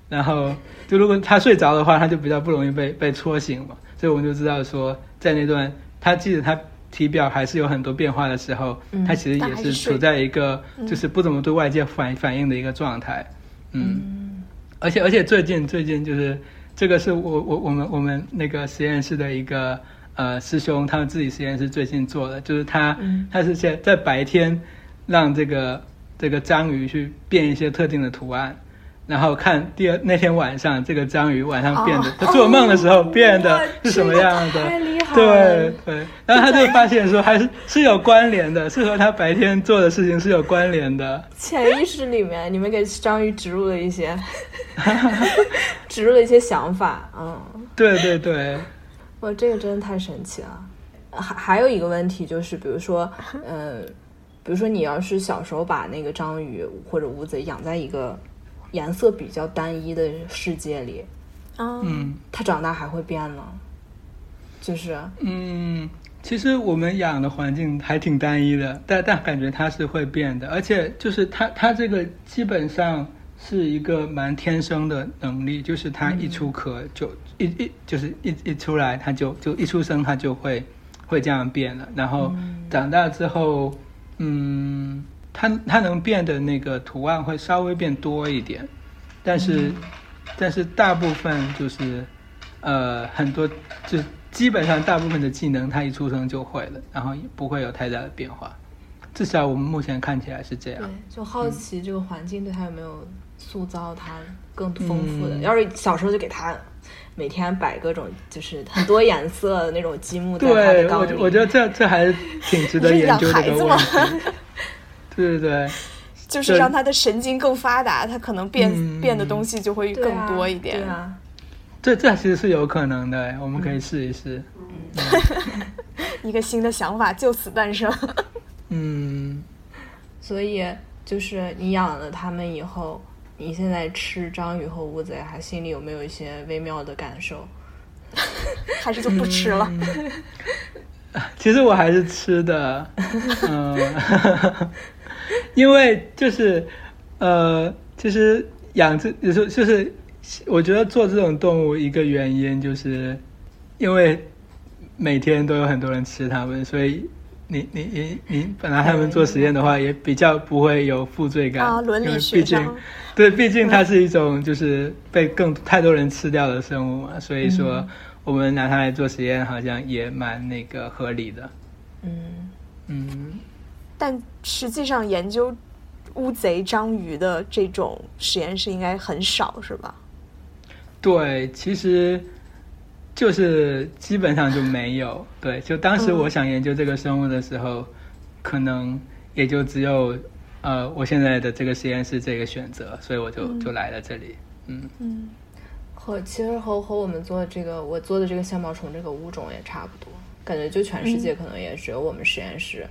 [SPEAKER 1] 然后，就如果它睡着的话，它就比较不容易被被戳醒嘛。所以我们就知道说，在那段它记得它体表还是有很多变化的时候，它其实
[SPEAKER 2] 嗯但
[SPEAKER 1] 也
[SPEAKER 2] 还
[SPEAKER 1] 是
[SPEAKER 2] 是睡嗯
[SPEAKER 1] 处在一个就是不怎么对外界反反应的一个状态。嗯而且而且最近最近就是这个是我我我们我们那个实验室的一个呃师兄，他们自己实验室最近做的，就是他、
[SPEAKER 3] 嗯
[SPEAKER 1] 他是在在白天让这个这个章鱼去变一些特定的图案。然后看第二那天晚上，这个章鱼晚上变得，
[SPEAKER 3] 哦
[SPEAKER 1] 他做梦的时候变的是什么样的？
[SPEAKER 3] 太厉害了
[SPEAKER 1] 对对，然后他就发现说，还是是有关联的，是和他白天做的事情是有关联的。
[SPEAKER 3] 潜意识里面你们给章鱼植入了一
[SPEAKER 1] (laughs)
[SPEAKER 3] 些，植入了一些想法，嗯。
[SPEAKER 1] 对对对，
[SPEAKER 3] 哇，这个真的太神奇了。还还有一个问题就是，比如说，嗯、比如说你要是小时候把那个章鱼或者乌贼养在一个颜色比较单一的世界里，
[SPEAKER 2] 啊，
[SPEAKER 1] 嗯。
[SPEAKER 3] 它长大还会变呢。就是
[SPEAKER 1] 嗯，其实我们养的环境还挺单一的，但但感觉它是会变的，而且就是它它这个基本上是一个蛮天生的能力，就是它一出壳就、一一就是一一出来它就就一出生它就会会这样变了，然后长大之后，嗯，它它能变的那个图案会稍微变多一点，但是、但是大部分就是呃很多就基本上大部分的技能他一出生就会了，然后也不会有太大的变化，至少我们目前看起来是这
[SPEAKER 3] 对
[SPEAKER 1] 样。，
[SPEAKER 3] 就好奇这个环境对它有没有塑造它更丰富的。
[SPEAKER 1] 嗯
[SPEAKER 3] 要是小时候就给它每天摆各种就是很多颜色的那种积木
[SPEAKER 2] 嗯
[SPEAKER 3] 在它
[SPEAKER 1] 对
[SPEAKER 3] 的，
[SPEAKER 1] 我
[SPEAKER 3] 缸里，
[SPEAKER 1] 觉我觉得这这还挺值得
[SPEAKER 2] 你是
[SPEAKER 1] 研
[SPEAKER 2] 养
[SPEAKER 1] 究这
[SPEAKER 2] 孩
[SPEAKER 1] 个
[SPEAKER 2] 子
[SPEAKER 1] 问
[SPEAKER 2] 吗
[SPEAKER 1] 题。 (laughs) 对对对，
[SPEAKER 2] 就是
[SPEAKER 1] 对
[SPEAKER 2] 让他的神经更发达，他可能变、
[SPEAKER 1] 嗯
[SPEAKER 2] 变的东西就会
[SPEAKER 3] 对
[SPEAKER 2] 更
[SPEAKER 3] 啊
[SPEAKER 2] 多一点。
[SPEAKER 3] 对啊，
[SPEAKER 1] 这这其实是有可能的，我们可以试一试。
[SPEAKER 2] 一个新的想法就此诞生。 (laughs)
[SPEAKER 1] 嗯，
[SPEAKER 3] 所以就是你养了它们以后，你现在吃章鱼和乌贼，还心里有没有一些微妙的感受？
[SPEAKER 2] 还是就不吃
[SPEAKER 1] 嗯
[SPEAKER 2] 了。
[SPEAKER 1] 其实我还是吃的，嗯， (laughs) 因为就是呃，其实养这就是就是，我觉得做这种动物一个原因就是，因为每天都有很多人吃它们，所以你你你你本来他们做实验的话，也比较不会有负罪感
[SPEAKER 2] 啊伦理
[SPEAKER 1] 因为
[SPEAKER 2] 学
[SPEAKER 1] 毕竟
[SPEAKER 2] 上嗯
[SPEAKER 1] 对，毕竟它是一种就是被更太多人吃掉的生物嘛，所以
[SPEAKER 2] 嗯
[SPEAKER 1] 说我们拿它来做实验，好像也蛮那个合理的。
[SPEAKER 3] 嗯，
[SPEAKER 1] 嗯，
[SPEAKER 2] 但实际上研究乌贼、章鱼的这种实验室应该很少，是吧？
[SPEAKER 1] 对，其实就是基本上就没有。对，就当
[SPEAKER 2] 嗯
[SPEAKER 1] 时我想研究这个生物的时候，可能也就只有呃我现在的这个实验室这个选择，所以我就就来了这里。嗯
[SPEAKER 2] 嗯，
[SPEAKER 3] 和其实和和我们做这个我做的这个线毛虫这个物种也差不多。感觉就全世界可能也只有我们实验室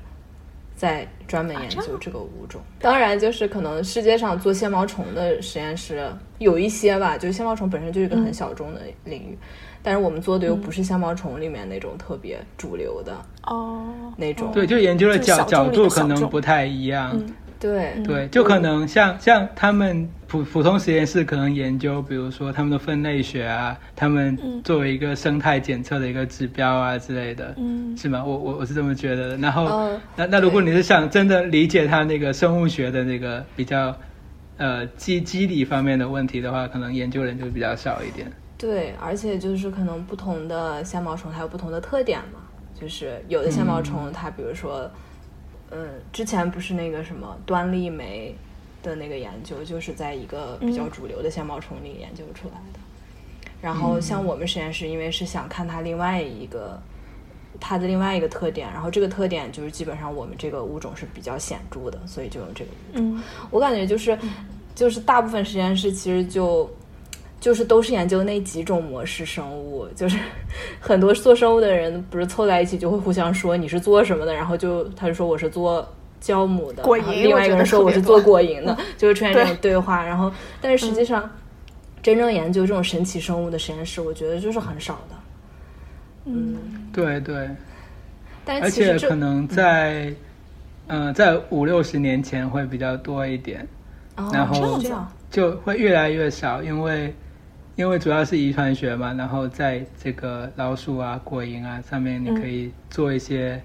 [SPEAKER 3] 在专门研究这个物种。当然，就是可能世界上做蟹毛虫的实验室有一些吧，就是蟹毛虫本身就是一个很小众的领域，但是我们做的又不是蟹毛虫里面那种特别主流的
[SPEAKER 2] 哦，
[SPEAKER 3] 那种。
[SPEAKER 1] 对，就研究的
[SPEAKER 2] 就是小
[SPEAKER 1] 角角
[SPEAKER 2] 众里的
[SPEAKER 1] 度
[SPEAKER 2] 小
[SPEAKER 1] 可能
[SPEAKER 2] 众
[SPEAKER 1] 不太一样。
[SPEAKER 2] 嗯
[SPEAKER 3] 对
[SPEAKER 1] 对，就可能像像他们普普通实验室可能研究，比如说他们的分类学啊，他们作为一个生态检测的一个指标啊之类的，
[SPEAKER 2] 嗯嗯
[SPEAKER 1] 是吗？我我我是这么觉得的。然后，
[SPEAKER 3] 嗯
[SPEAKER 1] 那那如果
[SPEAKER 3] 对
[SPEAKER 1] 你是想真的理解它那个生物学的那个比较呃机机理方面的问题的话，可能研究人就比较少一点。
[SPEAKER 3] 对，而且就是可能不同的虾毛虫它有不同的特点嘛，就是有的虾毛虫它比如说，嗯，之前不是那个什么端粒酶的那个研究，就是在一个比较主流的虾毛虫里研究出来的。然后像我们实验室，因为是想看它另外一个它的另外一个特点，然后这个特点就是基本上我们这个物种是比较显著的，所以就用这个物种。
[SPEAKER 2] 嗯
[SPEAKER 3] 我感觉就是，就是大部分实验室其实就，就是都是研究那几种模式生物，就是 (laughs) 很多做生物的人不是凑在一起就会互相说你是做什么的，然后就他就说我是做酵母的，
[SPEAKER 2] 果
[SPEAKER 3] 然后
[SPEAKER 2] 蝇
[SPEAKER 3] 另
[SPEAKER 2] 我
[SPEAKER 3] 外一
[SPEAKER 2] 觉
[SPEAKER 3] 个
[SPEAKER 2] 得
[SPEAKER 3] 人说
[SPEAKER 2] 特
[SPEAKER 3] 我
[SPEAKER 2] 别
[SPEAKER 3] 是
[SPEAKER 2] 多
[SPEAKER 3] 做果蝇
[SPEAKER 2] (laughs)
[SPEAKER 3] 的，就会出现这种
[SPEAKER 2] 对嗯
[SPEAKER 3] 对话。然后，但是实际上，真正研究这种神奇生物的实验室，我觉得就是很少的。
[SPEAKER 2] 嗯
[SPEAKER 1] 对对，
[SPEAKER 3] 但
[SPEAKER 1] 而
[SPEAKER 3] 嗯是其实
[SPEAKER 1] 且
[SPEAKER 3] 这
[SPEAKER 1] 可能在嗯、呃在五六十年前会比较多一点。
[SPEAKER 3] 哦
[SPEAKER 1] 然后
[SPEAKER 3] 这样子啊
[SPEAKER 1] 就会越来越少，因为因为主要是遗传学嘛，然后在这个老鼠啊、果蝇啊上面，你
[SPEAKER 2] 嗯
[SPEAKER 1] 可以做一些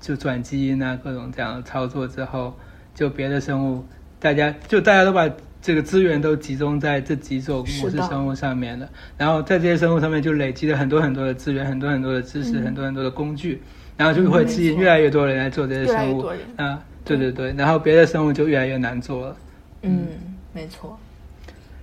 [SPEAKER 1] 就转基因啊各种这样的操作之后，就别的生物，大家就大家都把这个资源都集中在这几种模
[SPEAKER 3] 是
[SPEAKER 1] 式
[SPEAKER 3] 的
[SPEAKER 1] 生物上面了，然后在这些生物上面就累积了很多很多的资源、很多很多的知
[SPEAKER 2] 嗯
[SPEAKER 1] 识、很多很多的工具，然后就会吸引越来越多人来做这些
[SPEAKER 2] 越来
[SPEAKER 1] 生
[SPEAKER 2] 越
[SPEAKER 1] 物
[SPEAKER 2] 多人
[SPEAKER 1] 啊，对对对，然后别的生物就越来越难做了。
[SPEAKER 3] 嗯，没错，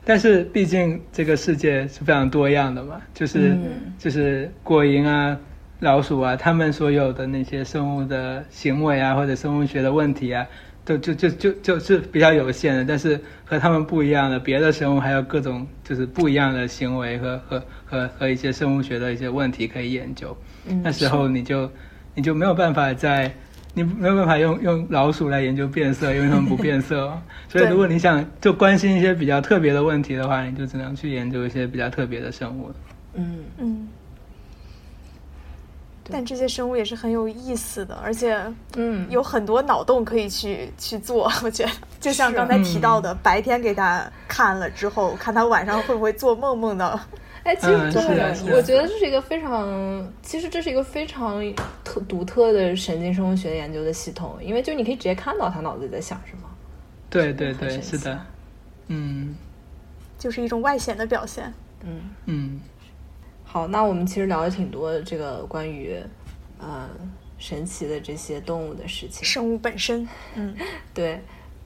[SPEAKER 1] 但是毕竟这个世界是非常多样的嘛，就是、
[SPEAKER 3] 嗯
[SPEAKER 1] 就是果蝇啊、老鼠啊，它们所有的那些生物的行为啊，或者生物学的问题啊，都就就就就是比较有限的。但是和它们不一样的，别的生物还有各种就是不一样的行为和和和和一些生物学的一些问题可以研究。
[SPEAKER 3] 嗯
[SPEAKER 1] 那时候你就你就没有办法在，你没有办法用用老鼠来研究变色，因为它们不变色
[SPEAKER 3] (laughs)
[SPEAKER 1] 哦、所以
[SPEAKER 2] 对
[SPEAKER 1] 如果你想就关心一些比较特别的问题的话，你就只能去研究一些比较特别的生物了。
[SPEAKER 3] 嗯，
[SPEAKER 2] 嗯。但这些生物也是很有意思的，而且
[SPEAKER 3] 嗯
[SPEAKER 2] 有很多脑洞可以去去做。我觉得，就像
[SPEAKER 3] 是
[SPEAKER 2] 刚才提到的，白天给他看了之后，看他晚上会不会做梦梦到。
[SPEAKER 3] 哎，其实
[SPEAKER 1] 嗯
[SPEAKER 3] 对，
[SPEAKER 1] 是的是的
[SPEAKER 3] 我觉得这是一个非常，其实这是一个非常特独特的神经生物学研究的系统，因为就你可以直接看到他脑子里在想什么。
[SPEAKER 1] 对对对，
[SPEAKER 3] 很
[SPEAKER 1] 是
[SPEAKER 3] 神奇啊
[SPEAKER 1] 的，嗯
[SPEAKER 2] 就是一种外显的表现。
[SPEAKER 3] 嗯，
[SPEAKER 1] 嗯，
[SPEAKER 3] 好，那我们其实聊了挺多这个关于呃神奇的这些动物的事情。
[SPEAKER 2] 生物本身，嗯，
[SPEAKER 3] 对，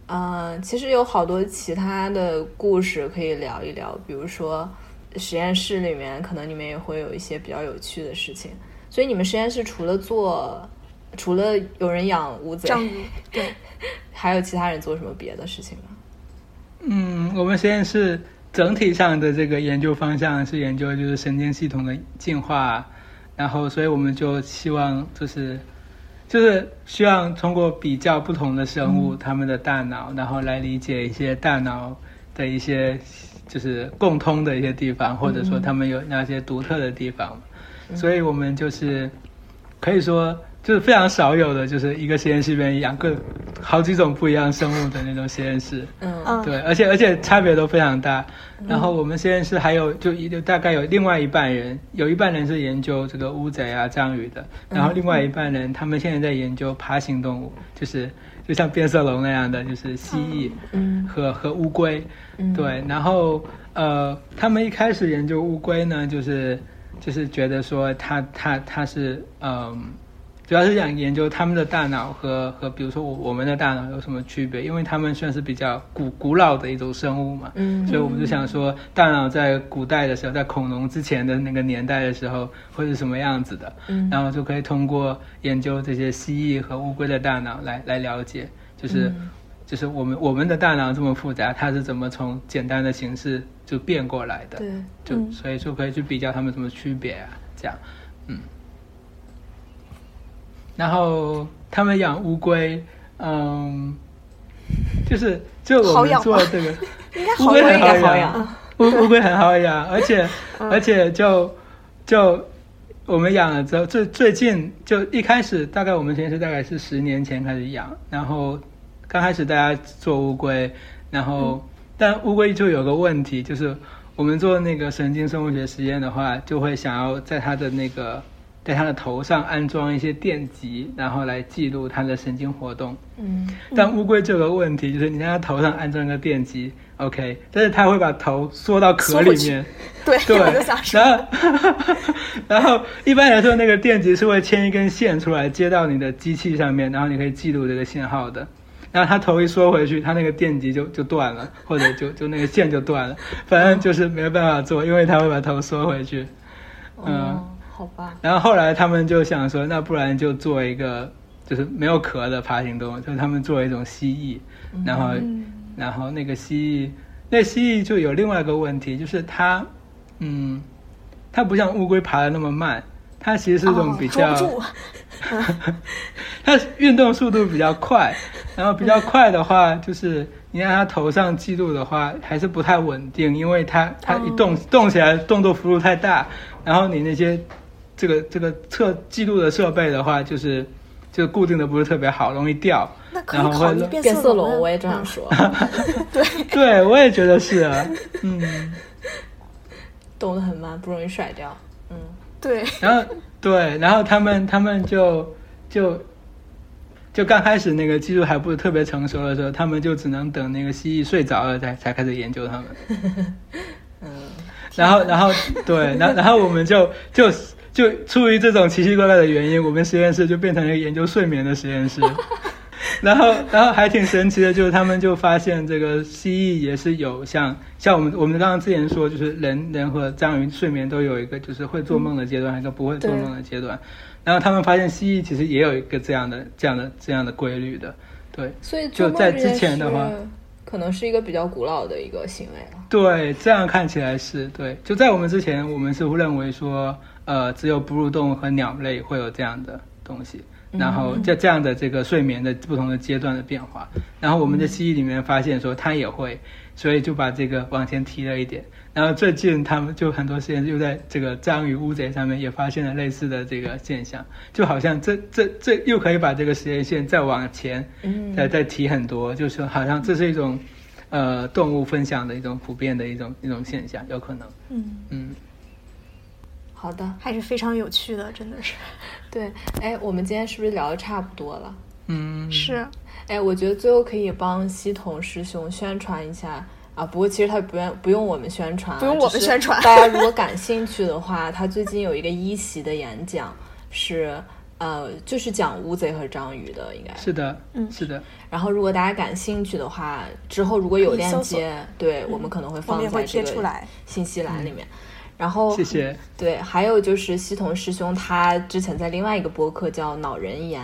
[SPEAKER 3] 呃，其实有好多其他的故事可以聊一聊，比如说实验室里面，可能你们也会有一些比较有趣的事情。所以你们实验室除了做，除了有人养乌贼，
[SPEAKER 2] 章鱼，对，
[SPEAKER 3] 还有其他人做什么别的事情吗？
[SPEAKER 1] 嗯，我们实验室整体上的这个研究方向是研究就是神经系统的进化，然后所以我们就希望就是就是希望通过比较不同的生物它们的大脑，然后来理解一些大脑的一些就是共通的一些地方，或者说它们有那些独特的地方，所以我们就是可以说。就是非常少有的，就是一个实验室里面养个好几种不一样生物的那种实验室，
[SPEAKER 3] 嗯
[SPEAKER 2] 嗯，
[SPEAKER 1] 对，而且而且差别都非常大。然后我们实验室还有就一就大概有另外一半人，有一半人是研究这个乌贼啊、章鱼的，
[SPEAKER 3] 嗯
[SPEAKER 1] 然后另外一半人他们现在在研究爬行动物，就是就像变色龙那样的，就是蜥蜴
[SPEAKER 3] 嗯
[SPEAKER 1] 和和乌龟。
[SPEAKER 3] 嗯
[SPEAKER 1] 对，然后呃，他们一开始研究乌龟呢，就是就是觉得说它它它是嗯。主要是想研究他们的大脑和和比如说我我们的大脑有什么区别，因为他们算是比较古古老的一种生物嘛，
[SPEAKER 3] 嗯
[SPEAKER 1] 所以我们就想说，大脑在古代的时候，在恐龙之前的那个年代的时候会是什么样子的，
[SPEAKER 3] 嗯
[SPEAKER 1] 然后就可以通过研究这些蜥蜴和乌龟的大脑来来了解，就是、
[SPEAKER 3] 嗯
[SPEAKER 1] 就是我们我们的大脑这么复杂，它是怎么从简单的形式就变过来的，
[SPEAKER 3] 对，
[SPEAKER 2] 嗯
[SPEAKER 1] 就所以就可以去比较它们什么区别啊，这样，嗯然后他们养乌龟，嗯，就是就我
[SPEAKER 2] 好
[SPEAKER 1] 们
[SPEAKER 2] 养
[SPEAKER 1] 做
[SPEAKER 2] 吗
[SPEAKER 1] 这 (laughs) 个
[SPEAKER 2] 应该
[SPEAKER 1] 乌
[SPEAKER 2] 好
[SPEAKER 1] 龟很
[SPEAKER 2] 养嗯
[SPEAKER 3] 好
[SPEAKER 1] 好
[SPEAKER 3] 养
[SPEAKER 1] 养，乌乌龟很好养，而且而且就就我们养了之后，最最近就一开始大概我们实验室大概是十年前开始养，然后刚开始大家做乌龟，然后、但乌龟就有个问题，就是我们做那个神经生物学实验的话，就会想要在它的那个在它的头上安装一些电极，然后来记录它的神经活动。
[SPEAKER 3] 嗯，
[SPEAKER 1] 但乌龟就有个问题，就是你在它头上安装一个电极，OK，但是它会把头缩到壳里面，
[SPEAKER 2] 对，
[SPEAKER 1] 对，
[SPEAKER 2] 我就想说，
[SPEAKER 1] 然后然后一般来说那个电极是会牵一根线出来接到你的机器上面，然后你可以记录这个信号的。然后它头一缩回去，它那个电极就就断了，或者就就那个线就断了，反正就是没有办法做，因为它会把头缩回去。嗯
[SPEAKER 3] 哦，好吧，
[SPEAKER 1] 然后后来他们就想说，那不然就做一个就是没有壳的爬行动物，就是他们做一种蜥蜴，然后、
[SPEAKER 2] 嗯
[SPEAKER 1] 然后那个蜥蜴，那蜥蜴就有另外一个问题，就是它，嗯，它不像乌龟爬的那么慢，它其实是一种
[SPEAKER 2] 哦
[SPEAKER 1] 比
[SPEAKER 2] 捉
[SPEAKER 1] 较，
[SPEAKER 2] 不住，
[SPEAKER 1] (laughs) 它运动速度比较快，然后比较快的话，就是你让它头上记录的话，还是不太稳定，因为它它一动、动起来动作幅度太大，然后你那些这个这个测记录的设备的话，就是就固定的不是特别好，容易掉。
[SPEAKER 2] 那可以
[SPEAKER 1] 然后
[SPEAKER 2] 考
[SPEAKER 1] 会
[SPEAKER 2] 虑
[SPEAKER 1] 漏
[SPEAKER 2] 变
[SPEAKER 3] 变色
[SPEAKER 2] 龙
[SPEAKER 3] 龙
[SPEAKER 2] 啊，
[SPEAKER 3] 我也这
[SPEAKER 2] (laughs)
[SPEAKER 3] 样说， (laughs)
[SPEAKER 1] 对，我也觉得是啊，嗯。
[SPEAKER 3] 动得很慢，不容易甩掉。嗯，
[SPEAKER 2] 对，
[SPEAKER 1] 然后对，然后他们他们就就就刚开始那个技术还不是特别成熟的时候，他们就只能等那个蜥蜴睡着了才才开始研究它们。嗯，然后然后对，然后然后我们就就就出于这种奇奇怪怪的原因，我们实验室就变成了一个研究睡眠的实验室。 (laughs) 然后，然后还挺神奇的，就是他们就发现这个蜥蜴也是有像像我们我们刚刚之前说，就是人人和章鱼睡眠都有一个就是会做梦的阶段，还有一个不会做
[SPEAKER 3] 对
[SPEAKER 1] 梦的阶段。然后他们发现蜥蜴其实也有一个这样的这样的这样的规律的，对
[SPEAKER 3] 所以
[SPEAKER 1] 就
[SPEAKER 3] 做梦
[SPEAKER 1] 在
[SPEAKER 3] 这
[SPEAKER 1] 之
[SPEAKER 3] 件
[SPEAKER 1] 前的
[SPEAKER 3] 事
[SPEAKER 1] 话，
[SPEAKER 3] 可能是一个比较古老的一个行为了。
[SPEAKER 1] 对，这样看起来是对。就在我们之前，我们是认为说，呃，只有哺乳动物和鸟类会有这样的东西。然后在这样的这个睡眠的不同的阶段的变化，然后我们的蜥蜴里面发现说它也会，所以就把这个往前提了一点。然后最近他们就很多实验又在这个章鱼乌贼上面也发现了类似的这个现象，就好像这这这又可以把这个实验线再往前
[SPEAKER 3] 嗯
[SPEAKER 1] 再再提很多，就是说好像这是一种呃动物分享的一种普遍的一种一种现象，有可能，
[SPEAKER 2] 嗯，
[SPEAKER 1] 嗯，
[SPEAKER 3] 好的，
[SPEAKER 2] 还是非常有趣的，真的是，
[SPEAKER 3] 对，哎，我们今天是不是聊的差不多了？
[SPEAKER 1] 嗯，
[SPEAKER 2] 是
[SPEAKER 3] 哎，我觉得最后可以帮西童师兄宣传一下啊。不过其实他不用不用我们宣传啊，
[SPEAKER 2] 不用我们
[SPEAKER 3] 只是
[SPEAKER 2] 宣传
[SPEAKER 3] 大家如果感兴趣的话，他最近有一个一席的演讲是。呃，就是讲乌贼和章鱼的，应该
[SPEAKER 1] 是的，嗯，是的，
[SPEAKER 3] 然后，如果大家感兴趣的话，之后如果有
[SPEAKER 2] 可以搜
[SPEAKER 3] 链
[SPEAKER 2] 索嗯
[SPEAKER 3] 接，对、我们可能会
[SPEAKER 2] 我们
[SPEAKER 3] 放
[SPEAKER 2] 也会
[SPEAKER 3] 在这
[SPEAKER 2] 贴出
[SPEAKER 3] 个
[SPEAKER 2] 来，嗯
[SPEAKER 3] 信息栏里面。然后，
[SPEAKER 1] 谢谢，
[SPEAKER 3] 对，还有就是西童师兄，他之前在另外一个播客叫《脑人炎》，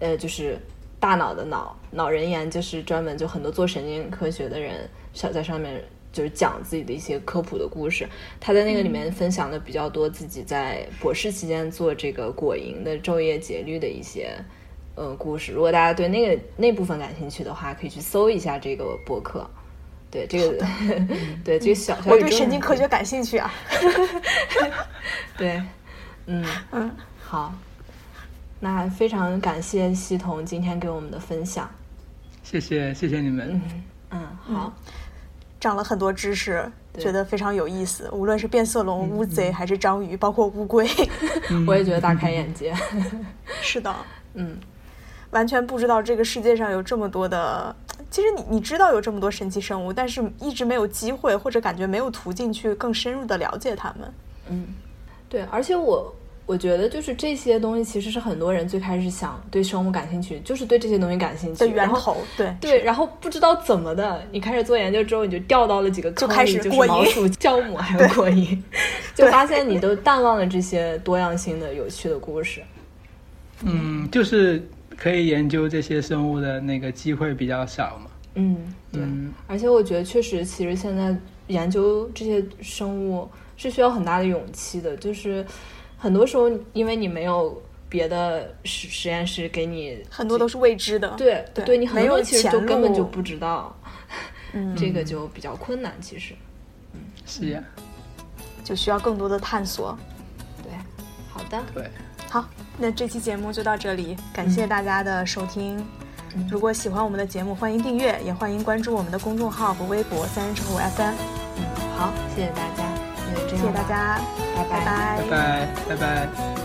[SPEAKER 3] 呃，就是大脑的脑，脑人炎就是专门就很多做神经科学的人想在上面就是讲自己的一些科普的故事。他在那个
[SPEAKER 2] 嗯
[SPEAKER 3] 里面分享的比较多自己在博士期间做这个果蝇的昼夜节律的一些呃故事。如果大家对那个那部分感兴趣的话，可以去搜一下这个播客。对这个， (laughs) 对这个小
[SPEAKER 2] 嗯
[SPEAKER 3] 小
[SPEAKER 2] 我
[SPEAKER 3] 宇
[SPEAKER 2] 对
[SPEAKER 3] 宙
[SPEAKER 2] 神
[SPEAKER 3] 很
[SPEAKER 2] 经科学感兴趣啊，
[SPEAKER 3] 对，嗯
[SPEAKER 2] 嗯，
[SPEAKER 3] 好，那非常感谢西彤今天给我们的分享。
[SPEAKER 1] 谢谢，谢谢你们，
[SPEAKER 3] 嗯，好，
[SPEAKER 2] (laughs) 长了很多知识，
[SPEAKER 3] 对
[SPEAKER 2] 觉得非常有意思。无论是变色
[SPEAKER 1] 嗯
[SPEAKER 2] 龙、乌贼还是章鱼，包括乌
[SPEAKER 3] (laughs)
[SPEAKER 2] 龟，嗯
[SPEAKER 3] 我也觉得大开眼界。
[SPEAKER 2] 是的，
[SPEAKER 3] 嗯，
[SPEAKER 2] 完全不知道这个世界上有这么多的。其实你你知道有这么多神奇生物，但是一直没有机会或者感觉没有途径去更深入的了解它们。
[SPEAKER 3] 嗯对，而且我我觉得就是这些东西其实是很多人最开始想对生物感兴趣，就是对这些东西感兴趣
[SPEAKER 2] 的源。
[SPEAKER 3] 然后
[SPEAKER 2] 头，对
[SPEAKER 3] 对，然后不知道怎么的，你开始做研究之后，你就掉到了几个坑里，
[SPEAKER 2] 开始
[SPEAKER 3] 就是
[SPEAKER 2] 过瘾
[SPEAKER 3] 老鼠、酵母还有果蝇，
[SPEAKER 2] (laughs)
[SPEAKER 3] 就发现你都淡忘了这些多样性的有趣的故事。
[SPEAKER 1] 嗯，就是可以研究这些生物的那个机会比较少嘛。
[SPEAKER 3] 嗯，对。
[SPEAKER 1] 嗯，
[SPEAKER 3] 而且我觉得，确实，其实现在研究这些生物是需要很大的勇气的，就是很多时候因为你没有别的实实验室给你
[SPEAKER 2] 很多都是未知的。
[SPEAKER 3] 对
[SPEAKER 2] 对
[SPEAKER 3] 你很
[SPEAKER 2] 没
[SPEAKER 3] 多
[SPEAKER 2] 有
[SPEAKER 3] 其实
[SPEAKER 2] 前
[SPEAKER 3] 都根
[SPEAKER 2] 路
[SPEAKER 3] 本
[SPEAKER 2] 嗯
[SPEAKER 3] 就不
[SPEAKER 2] (laughs)
[SPEAKER 3] 知道，这个就比较困难。其实，
[SPEAKER 1] 是呀，
[SPEAKER 2] 就需要更多的探索。
[SPEAKER 3] 对，好的，
[SPEAKER 1] 对，
[SPEAKER 2] 好，那这期节目就到这里，感
[SPEAKER 3] 嗯
[SPEAKER 2] 谢大家的收听。如果喜欢我们的节目，欢迎订阅，也欢迎关注我们的公众号和微博“三人之后 FM”。
[SPEAKER 3] 嗯，好，谢谢大家，那就这
[SPEAKER 2] 谢
[SPEAKER 3] 样，
[SPEAKER 2] 谢大，家，
[SPEAKER 3] 拜
[SPEAKER 2] 拜
[SPEAKER 1] 拜拜，拜拜。